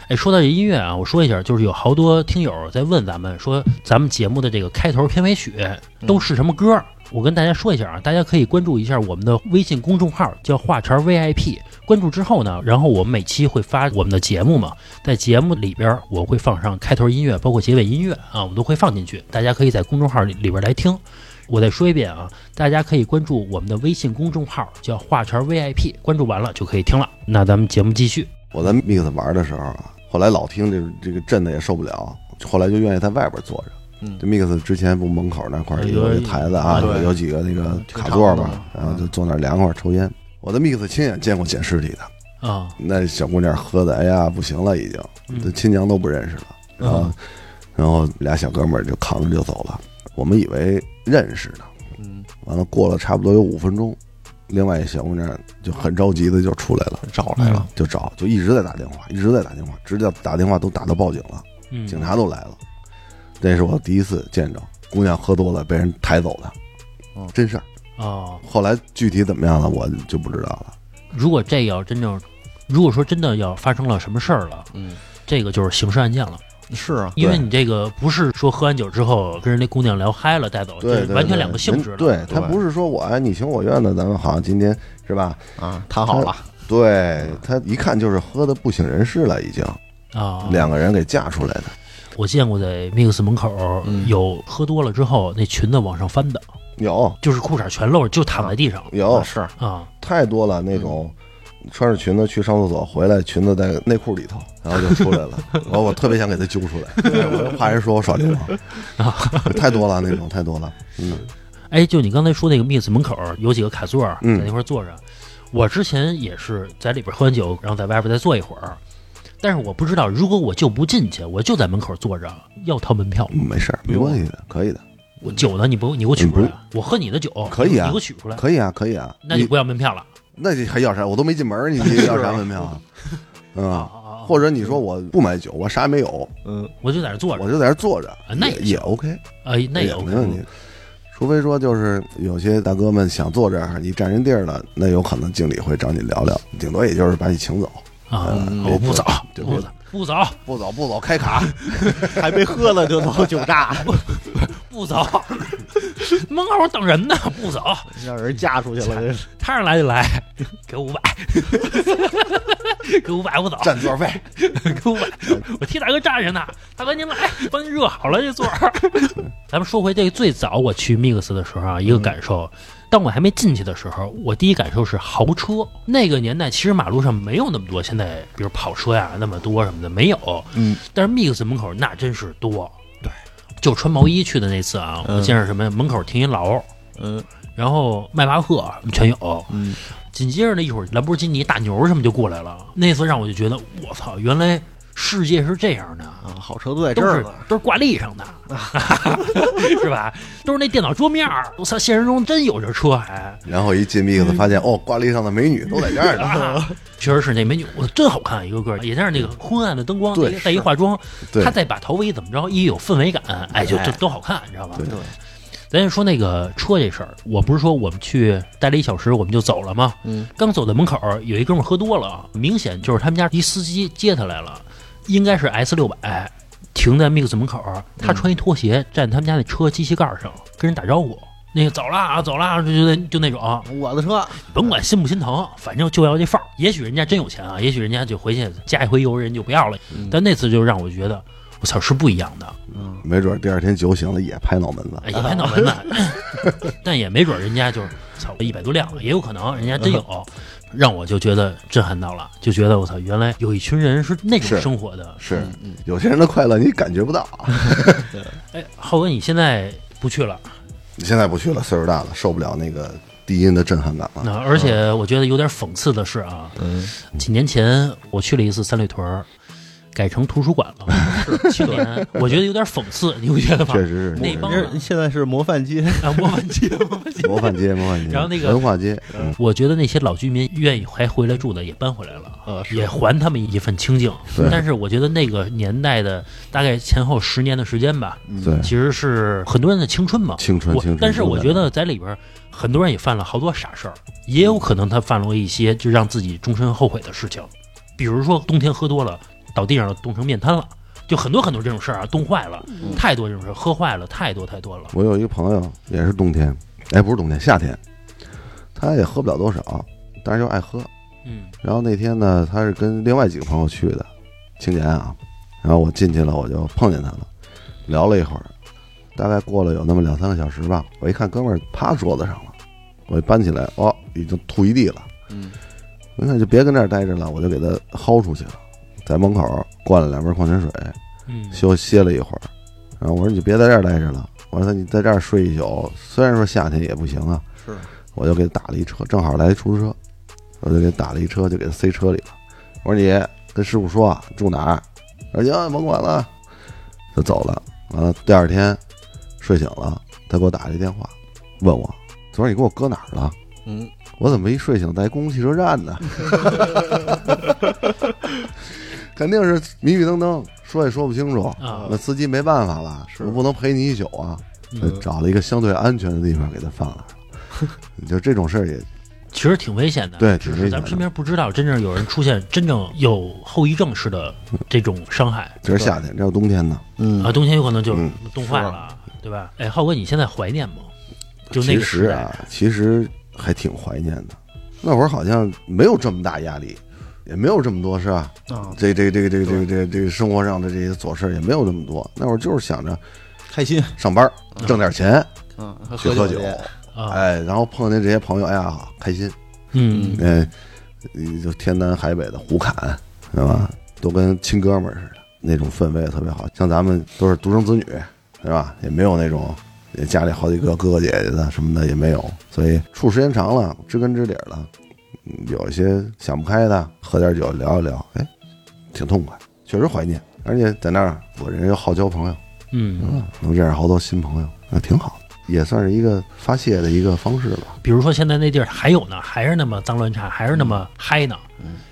哎，说到这音乐啊，我说一下，就是有好多听友在问咱们说，咱们节目的这个开头、片尾曲都是什么歌？我跟大家说一下啊，大家可以关注一下我们的微信公众号，叫“话茬 VIP”。关注之后呢，然后我们每期会发我们的节目嘛，在节目里边儿我会放上开头音乐，包括结尾音乐啊，我们都会放进去，大家可以在公众号里里边儿来听。我再说一遍啊，大家可以关注我们的微信公众号，叫“话茬 VIP”，关注完了就可以听了。那咱们节目继续。我在 Mix 玩的时候啊，后来老听这这个震的也受不了，后来就愿意在外边坐着。嗯这 Mix 之前不门口那块儿有一个台子啊，哎呦有有几个那个卡座嘛，然后就坐那儿凉快儿抽烟。我在 Mix 亲眼见过捡尸体的，啊，那小姑娘喝的，哎呀不行了，已嗯经，这亲娘都不认识了。然后，然后俩小哥们儿就扛着就走了。我们以为认识呢，嗯，完了过了差不多有五分钟，另外一小姑娘就很着急的就出来了。找来了，就找，就一直在打电话，一直在打电话，直接打电话都打到报警了，嗯，警察都来了。这是我第一次见着姑娘喝多了被人抬走的，哦真事儿。哦，后来具体怎么样了，我就不知道了。如果这要真正，如果说真的要发生了什么事儿了，嗯，这个就是刑事案件了，是啊，因为对你这个不是说喝完酒之后跟人那姑娘聊嗨了带走，对，这对是完对全两个性质人了。对他对不是说我哎你情我愿的，咱们好像今天是吧？嗯啊，谈好了，对他一看就是喝的不省人事了，已经。啊，两个人给架出来的。我见过在 Mix 门口嗯有喝多了之后那裙子往上翻的，有就是裤衩全露着，就躺在地上有啊是啊，嗯太多了，那种穿着裙子去上厕所，回来裙子在内裤里头，然后就出来 了。然后我特别想给他揪出来，哎我就怕人说我耍流氓，啊太多了那种，太多了。嗯，哎，就你刚才说那个 Mix 门口有几个卡座儿，嗯在那块儿坐着。我之前也是在里边喝完酒，然后在外边再坐一会儿，但是我不知道，如果我就不进去，我就在门口坐着，要掏门票吗。嗯没事儿，没关系的，可以的，我酒呢？你不，你给我取出来，我喝你的酒，嗯可以啊你给我取出来，可以啊，可以啊。那就不要门票了。那你还要啥？我都没进门儿， 你你要啥门票啊？嗯，啊，或者你说我不买酒，我啥也没有，嗯，我就在这坐着我，就在这儿坐着，啊那也也也 OK，哎，那也也 OK，没问题。除非说就是有些大哥们想坐这儿，你占人地儿了，那有可能经理会找你聊聊，顶多也就是把你请走。啊，嗯我不走，对不走，不走，不走不走，开卡。 还没喝呢就走酒炸，不走，门口等人呢，不走， 让人嫁出去 了，这是他让来就来，给五百， 给五百，我走，占座位， 给五百，我替大哥站着呢，大哥您来，帮您热好了这座儿。 咱们说回这个最早我去 Mix 的时候啊，一嗯个感受。当我还没进去的时候，我第一感受是豪车。那个年代其实马路上没有那么多，现在比如跑车呀那么多什么的没有。嗯，但是 Mix 门口那真是多。对，就穿毛衣去的那次啊，我见着什么呀门口停一劳，嗯，然后迈巴赫啊全有，嗯，紧接着呢一会儿兰博基尼、大牛什么就过来了。那次让我就觉得，我操，原来世界是这样的，啊，好车都在这都儿是呢，都是挂历上 的，是吧？都是那电脑桌面儿。我操，现实中真有这车哎还。 然后一进 Mix 发现哦，挂历上的美女都在这儿 呢。啊，确实是那美女，我真好看，一个个也但是那个昏暗的灯光，对再一化妆，对她再把头发一怎么着，一有氛围感，哎，就哎这都好看，你知道吧？对。咱就说那个车这事儿，我不是说我们去待了一小时我们就走了吗？嗯，刚走到门口，有一哥们儿喝多了，明显就是他们家一司机接他来了，应该是 S 六百，停在 Mix 门口，他穿一拖鞋站他们家那车机器盖儿上跟人打招呼，那个走了啊，走了啊，就就那就那种、我的车，甭管心不心疼，反正就要这范儿。也许人家真有钱啊，也许人家就回去加一回油，人就不要了。但那次就让我觉得，我操，是不一样的。没准第二天酒醒了也拍脑门子哎，。也拍脑门子， 但也没准人家就是操一百多辆，也有可能人家真有。让我就觉得震撼到了，就觉得我操，原来有一群人是那种是生活的。是，嗯有些人的快乐你感觉不到。啊哎，浩哥，你现在不去了，你现在不去了，岁数大了，受不了那个低音的震撼感了。那啊而且我觉得有点讽刺的是啊，几年前我去了一次三里屯儿，改成图书馆了。去年我觉得有点讽刺，你不觉得吗？确实是那帮确人实这现在是模范街，啊，模范街，模范街。模 范街，模范街，然后那个呃文化街，嗯，我觉得那些老居民愿意还回来住的也搬回来了，啊是也还他们一份清静。但是我觉得那个年代的大概前后十年的时间吧，嗯对，其实是很多人的青春嘛，青春我青春但是我都在觉得在里边儿，很多人也犯了好多傻事儿，也有可能他犯了一些就让自己终身后悔的事情，比如说冬天喝多了倒地上了，冻成面瘫了。就很多很多这种事儿啊，冻坏了，太多这种事儿，喝坏了太多太多了。我有一个朋友也是冬天，哎，不是冬天，夏天，他也喝不了多少，但是就爱喝。嗯然后那天呢，他是跟另外几个朋友去的，青年啊，然后我进去了，我就碰见他了，聊了一会儿，大概过了有那么两三个小时吧，我一看哥们儿趴桌子上了，我一搬起来，哦，已经吐一地了，嗯，我一看就别跟这儿待着了，我就给他薅出去了，在门口灌了两瓶矿泉水，嗯，休息歇了一会儿，然后我说你就别在这儿待着了，我说你在这儿睡一宿，虽然说夏天也不行啊，是，我就给打了一车，正好来一出租车，我就给打了一车，就给他塞车里了。我说你跟师傅说啊，住哪儿？他说行，甭管了，就走了。完了，第二天睡醒了，他给我打了一电话，问我昨儿你给我搁哪儿了？嗯，我怎么一睡醒在公共汽车站呢？肯定是迷迷瞪瞪，说也说不清楚。啊那司机没办法了，我不能陪你一宿啊，就找了一个相对安全的地方给他放那儿了。你就这种事儿也其实挺危险的，对只挺危是险咱们的身边不知道真正有人出现真正有后遗症式的这种伤害这是夏天，这是冬天呢。嗯啊，冬天有可能就是嗯冻坏了，对吧？哎，浩哥，你现在怀念吗？就那其个实时代，啊，其实还挺怀念的。那会儿好像没有这么大压力，也没有这么多事啊。啊这这这个这个这个这个这个生活上的这些琐事儿也没有这么多。那会儿就是想着 开心，上班儿挣点钱嗯，去喝酒，啊，哎，然后碰见这些朋友，哎呀，开心，嗯，哎，就天南海北的胡侃，对吧？都跟亲哥们儿似的，那种氛围也特别好。像咱们都是独生子女，对吧？也没有那种也家里好几个哥哥姐姐的什么的也没有，所以处时间长了，知根知底儿了，嗯有一些想不开的，喝点酒聊一聊，哎，挺痛快，确实怀念。而且在那儿，我人又好交朋友，嗯，能认识好多新朋友，那挺好的，也算是一个发泄的一个方式吧。比如说现在那地儿还有呢，还是那么脏乱差，还是那么嗨呢。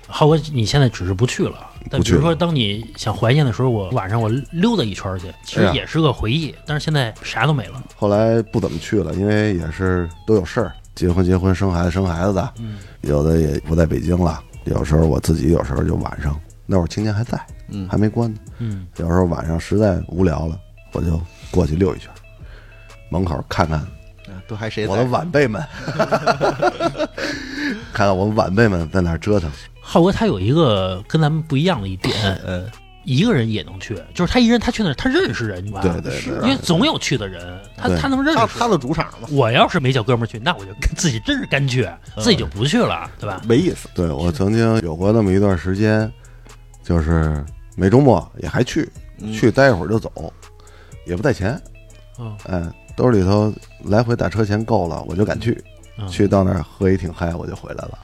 浩哥，你现在只是不去了，但比嗯不去如说了当你想怀念的时候，我晚上我溜达一圈儿去，其哎实呀也是个回忆，但是现在啥都没了。后来不怎么去了，因为也是都有事儿，结婚结婚，生孩子生孩子的，嗯有的也不在北京了。有时候我自己，有时候就晚上，那会儿青年还在，嗯还没关呢。嗯，有时候晚上实在无聊了，我就过去溜一圈，门口看看嗯都还谁在我的晚 辈们，看看我们晚辈们在哪儿折腾。浩哥他有一个跟咱们不一样的一点， 嗯，一个人也能去，就是他一人他去那儿他认识人，你知道吧对对对因为总有去的人，他对他能认识他啊他的主场嘛，我要是没叫哥们儿去，那我就自己真是干去，嗯自己就不去了，对吧？没意思。对我曾经有过那么一段时间，就是每周末也还去，嗯去待一会儿就走，也不带钱。哦嗯哎，兜里头来回打车钱够了，我就敢去，嗯去到那儿喝一挺嗨，我就回来 了。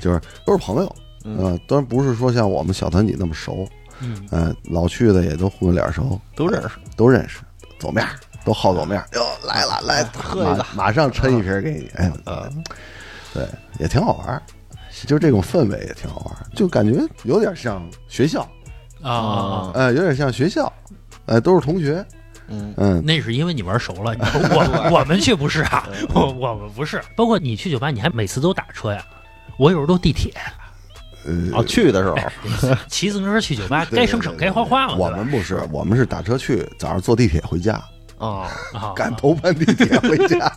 就是都是朋友，嗯、当然不是说像我们小团体那么熟，嗯，嗯、老去的也都混个脸熟，都认识，都认识，走面儿都好走面儿，哟来了来了，喝一个马马上抻一瓶给你，哎，嗯对，也挺好玩儿，就这种氛围也挺好玩儿，就感觉有点像学校，啊，哎、有点像学校，哎、都是同学，嗯嗯，那是因为你玩熟了，你说我我们去不是啊，我我们不是，包括你去酒吧，你还每次都打车呀。我有时候都地铁，哦，去的时候骑自行车去酒吧，对该省省，该花花嘛，我对吧们不是，我们是打车去，早上坐地铁回家， 啊，啊，赶头班地铁回家。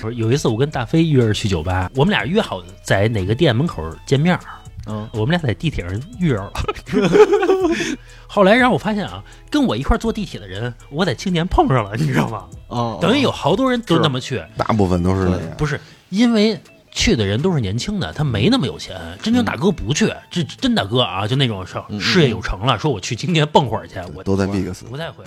不是有一次我跟大飞约着去酒吧，我们俩约好在哪个店门口见面儿，嗯我们俩在地铁上遇上了。 后来让我发现啊，跟我一块儿坐地铁的人，我在青年碰上了，你知道吗？啊，等于有好多人都是那么去，大部分都是那样，不是因为去的人都是年轻的，他没那么有钱。真正大哥不去，这真大哥啊，就那种事事业有成了，说我去青年蹦会儿去，我都在 mix，不太会。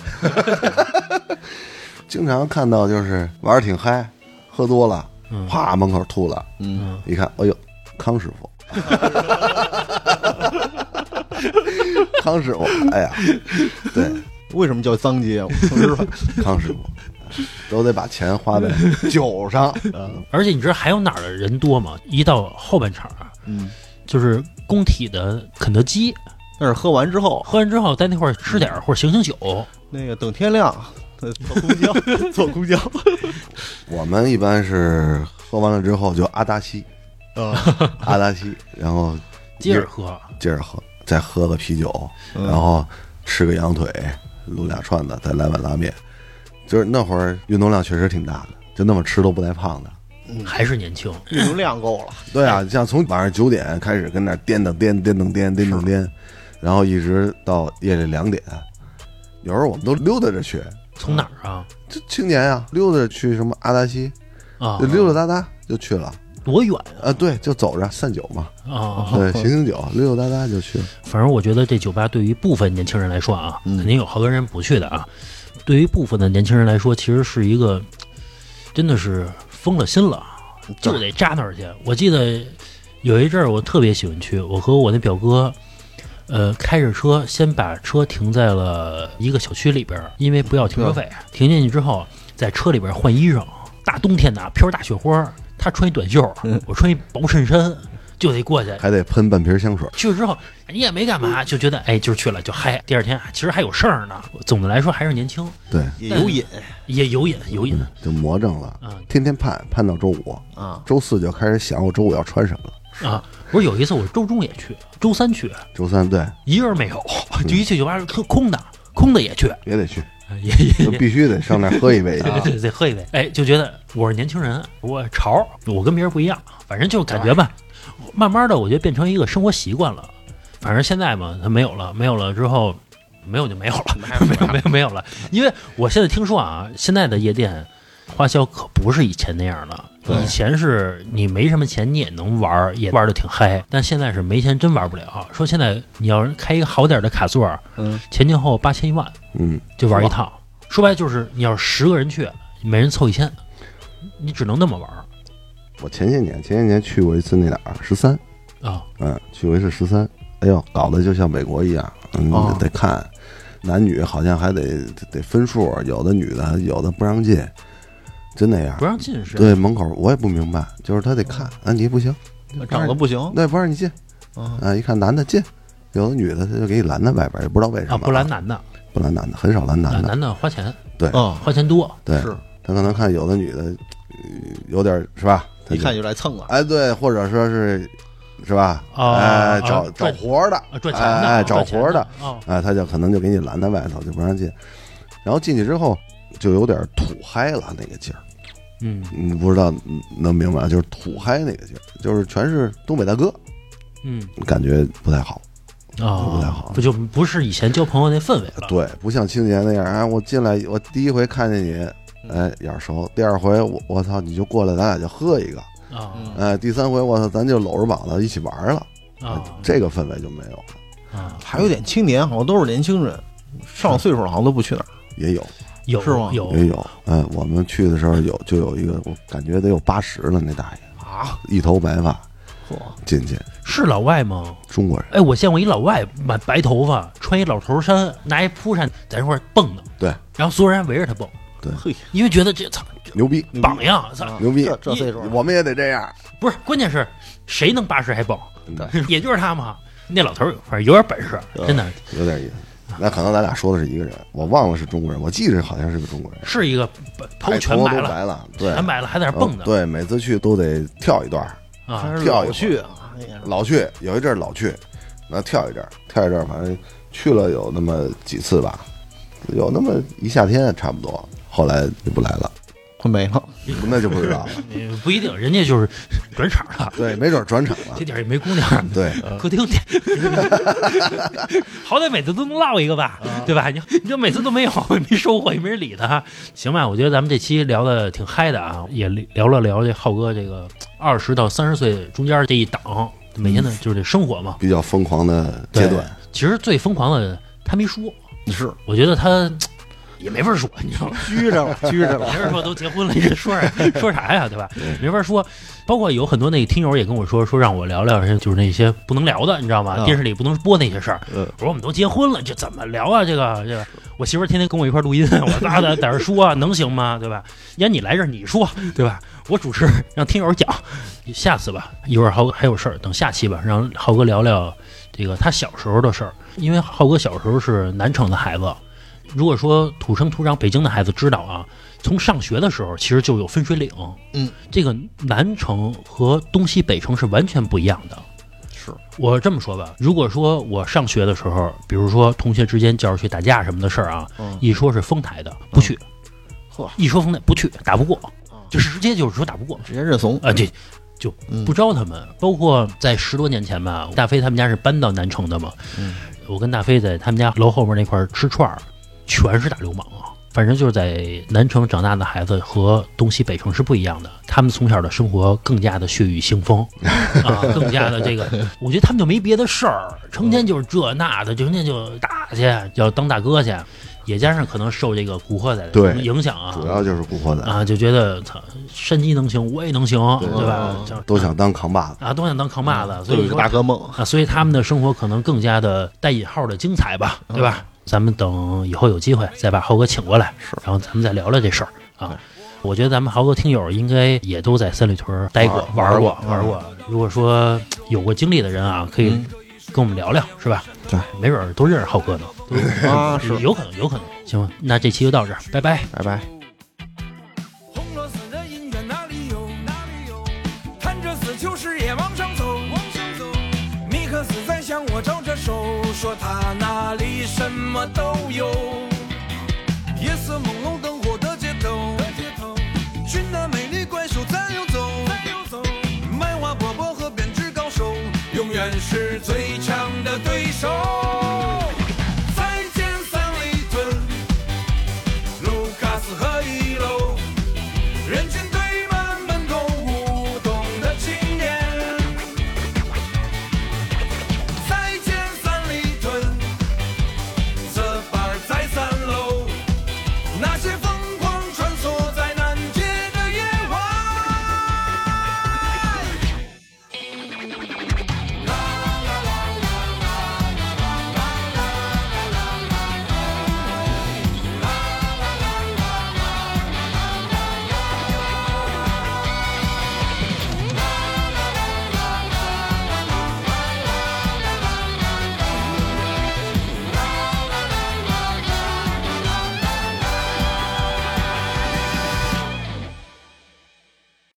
经常看到就是玩儿挺嗨，喝多了，啪门口吐了，嗯，一看，哎呦，康师傅，康师傅，哎呀，对，为什么叫脏街？我不知道康师傅，都得把钱花在酒上，而且你知道还有哪儿的人多吗？一到后半场啊，嗯，就是工体的肯德基，但是喝完之后，喝完之后在那块儿吃点儿或者醒醒酒，那个等天亮呃坐公交， 坐公交我们一般是喝完了之后就阿达西，啊， 阿达西，然后接着喝。接着喝，再喝个啤酒，然后吃个羊腿，撸俩串子，再来碗拉面。就是那会儿运动量确实挺大的，就那么吃都不带胖的。还是年轻，运动量够了，对啊，像从晚上九点开始跟那儿颠等颠颠等颠颠等颠，然后一直到夜里两点，有时候我们都溜达着去。从哪儿啊？这青年啊，溜达着去什么阿达西，啊就，溜溜达达就去了。多远啊，对，就走着散酒嘛，啊？对，醒醒酒，溜溜达达就去了。反正我觉得这酒吧对于部分年轻人来说啊，肯定有好多人不去的啊。对于部分的年轻人来说，其实是一个真的是疯了心了，就得扎那儿去。我记得有一阵儿我特别喜欢去，我和我那表哥。呃，开着车先把车停在了一个小区里边儿，因为不要停车费。停进去之后，在车里边儿换衣裳，大冬天的飘着大雪花儿，他穿一短袖儿，我穿一薄衬衫，就得过去。还得喷半瓶香水，去了之后你也没干嘛，就觉得哎，就是去了就嗨。第二天啊其实还有事儿呢。总的来说还是年轻，对，也有瘾也有瘾有瘾。就魔怔了嗯，天天盼盼到周五，啊，周四就开始想我周五要穿什么了。嗯啊！我有一次我周中也去，周三去，周三对一人没有，嗯就一去酒吧空空的，空的也去，也得去，也也就必须得上那儿喝一 杯去。对对对，喝一杯，哎，就觉得我是年轻人，我潮，我跟别人不一样，反正就感觉吧，慢慢的，我觉得变成一个生活习惯了。反正现在嘛，它没有了，没有了之后，没有就没有了，没 有没有没有了。因为我现在听说啊，现在的夜店花销可不是以前那样了。以前是你没什么钱你也能玩儿，也玩的挺嗨，但现在是没钱真玩不了。说现在你要是开一个好点儿的卡座儿，嗯前前后八千一万嗯，就玩一趟。说白了就是，你要是十个人去，每人凑一千，你只能那么玩儿我前些年前些年去过一次那哪儿十三，啊。嗯，去过一次十三，哎呦，搞得就像美国一样，嗯，哦得看男女好像还得得分数，有的女的有的不让进，真那样不。让进是对，门口我也不明白，就是他得看，安迪不行，长得不行哦那不让你进，啊啊，一看男的进，有的女的他就给你拦在外边，也不知道为什么啊，不拦男的，不拦男的，很少拦男的，男的花钱，对啊，花钱多。对，是他可能看有的女的呃有点是吧，他一看就来蹭了，哎，对，或者说是是吧？哦哎，啊找找赚活儿的啊，赚钱的，哎，找赚钱活儿的的，啊，哎，他就可能就给你拦在外头，就不让进。然后进去之后就有点土嗨了那个劲儿，嗯你不知道嗯能明白？就是土嗨那个劲儿，就是全是东北大哥，嗯感觉不太好。不太啊好，不就不是以前交朋友那氛围啊了？对，不像青年那样，哎，我进来，我第一回看见嗯你，哎，眼熟；第二回我我操，你就过来，咱俩就喝一个，啊嗯哎，第三回我操，咱就搂着膀子一起玩儿了，哎啊这个氛围就没有了，啊，还有点青年，好像都是年轻人，上了岁数了好像都不去那儿。也有。有是吗有也有，嗯，我们去的时候有，就有一个，我感觉得有八十了，那大爷啊，一头白发嚯，进去，是老外吗？中国人，哎，我见过一老外，满白头发，穿一老头衫，拿一蒲扇在那块儿蹦呢，对，然后所有人还围着他蹦，嘿，因为觉得这操牛逼，牛逼榜样，操牛逼，这这岁数啊了，我们也得这样，不是，关键是谁能八十还蹦？对， 也就是他嘛。那老头儿反正有点本事，真的有点意思。那可能咱俩说的是一个人，我忘了是中国人，我记着好像是个中国人，是一个头哎全头白都了，白了，对，全白了还在那儿蹦嗯呢对，每次去都得跳一段儿，啊还是跳一老会儿去啊，哎呀老去，有一阵儿老去，然后跳一阵儿，跳一阵儿，反正去了有那么几次吧，有那么一夏天差不多，后来就不来了， 快没了。那就不知道了。呃不一定，人家就是转场 了，对，没准转场 了这。点儿也没姑娘，呃对，客厅里， 好歹每次都能落一个吧，对吧？你你就每次都没有， 也没收获，也没人理他，行吧？我觉得咱们这期聊的挺嗨的啊，也聊了聊这浩哥这个二十到三十岁中间这一档，每天的嗯就是这生活嘛。比较疯狂的阶段，其实最疯狂的他没说，是我觉得他也没法说，你知道吗？拘着了，拘着了没。人说都结婚了，你这说啥 说啥呀，对吧？没法说。包括有很多那个听友也跟我说，说让我聊聊，就是那些不能聊的，你知道吗？嗯电视里不能播那些事儿。嗯我说我们都结婚了，这怎么聊啊？这个这个，我媳妇儿天天跟我一块儿录音，我咋的在这儿说、啊，能行吗？对吧？要你来这儿你说，对吧？我主持，让听友讲。下次吧，一会儿浩哥还有事儿，等下期吧，让浩哥聊聊这个他小时候的事儿，因为浩哥小时候是南城的孩子。如果说土生土长北京的孩子知道啊，从上学的时候其实就有分水岭。嗯，这个南城和东西北城是完全不一样的。是，我这么说吧，如果说我上学的时候，比如说同学之间叫着去打架什么的事儿啊，嗯一说是丰台的不去，嚯，一说丰台不去，打不过嗯，就是直接就是说打不过直接认怂。啊，这就嗯不招他们。包括在十多年前吧，大飞他们家是搬到南城的嘛，嗯我跟大飞在他们家楼后面那块儿吃串儿，全是大流氓啊。反正就是在南城长大的孩子和东西北城是不一样的，他们从小的生活更加的血雨腥 风啊，更加的这个，我觉得他们就没别的事儿，成天就是这那的，成天就打去，要当大哥去，也加上可能受这个古惑仔的对影响啊，主要就是古惑仔，啊就觉得操，山鸡能行，我也能行，对吧？嗯就都想当扛把子。啊，都想当扛把子，所都有以一个说大哥梦，啊，所以他们的生活可能更加的带引号的精彩吧，嗯对吧？咱们等以后有机会再把豪哥请过来，然后咱们再聊聊这事儿啊。我觉得咱们豪哥听友应该也都在三里屯儿待过、玩玩儿儿过过、玩儿过。如果说有过经历的人啊，可以嗯跟我们聊聊，是吧？对，没准儿都认识豪哥呢，都 啊是有可能，有可能。行，那这期就到这儿，拜拜。拜拜。红螺丝的姻缘哪里有？哪里有？看着死囚尸也往上走，往上走。尼克斯在向我招着手，说他那里什么都有。夜色朦胧，灯火的街头，寻那美丽怪兽在游走，在游走。卖花伯伯和编织高手，是最强的对手。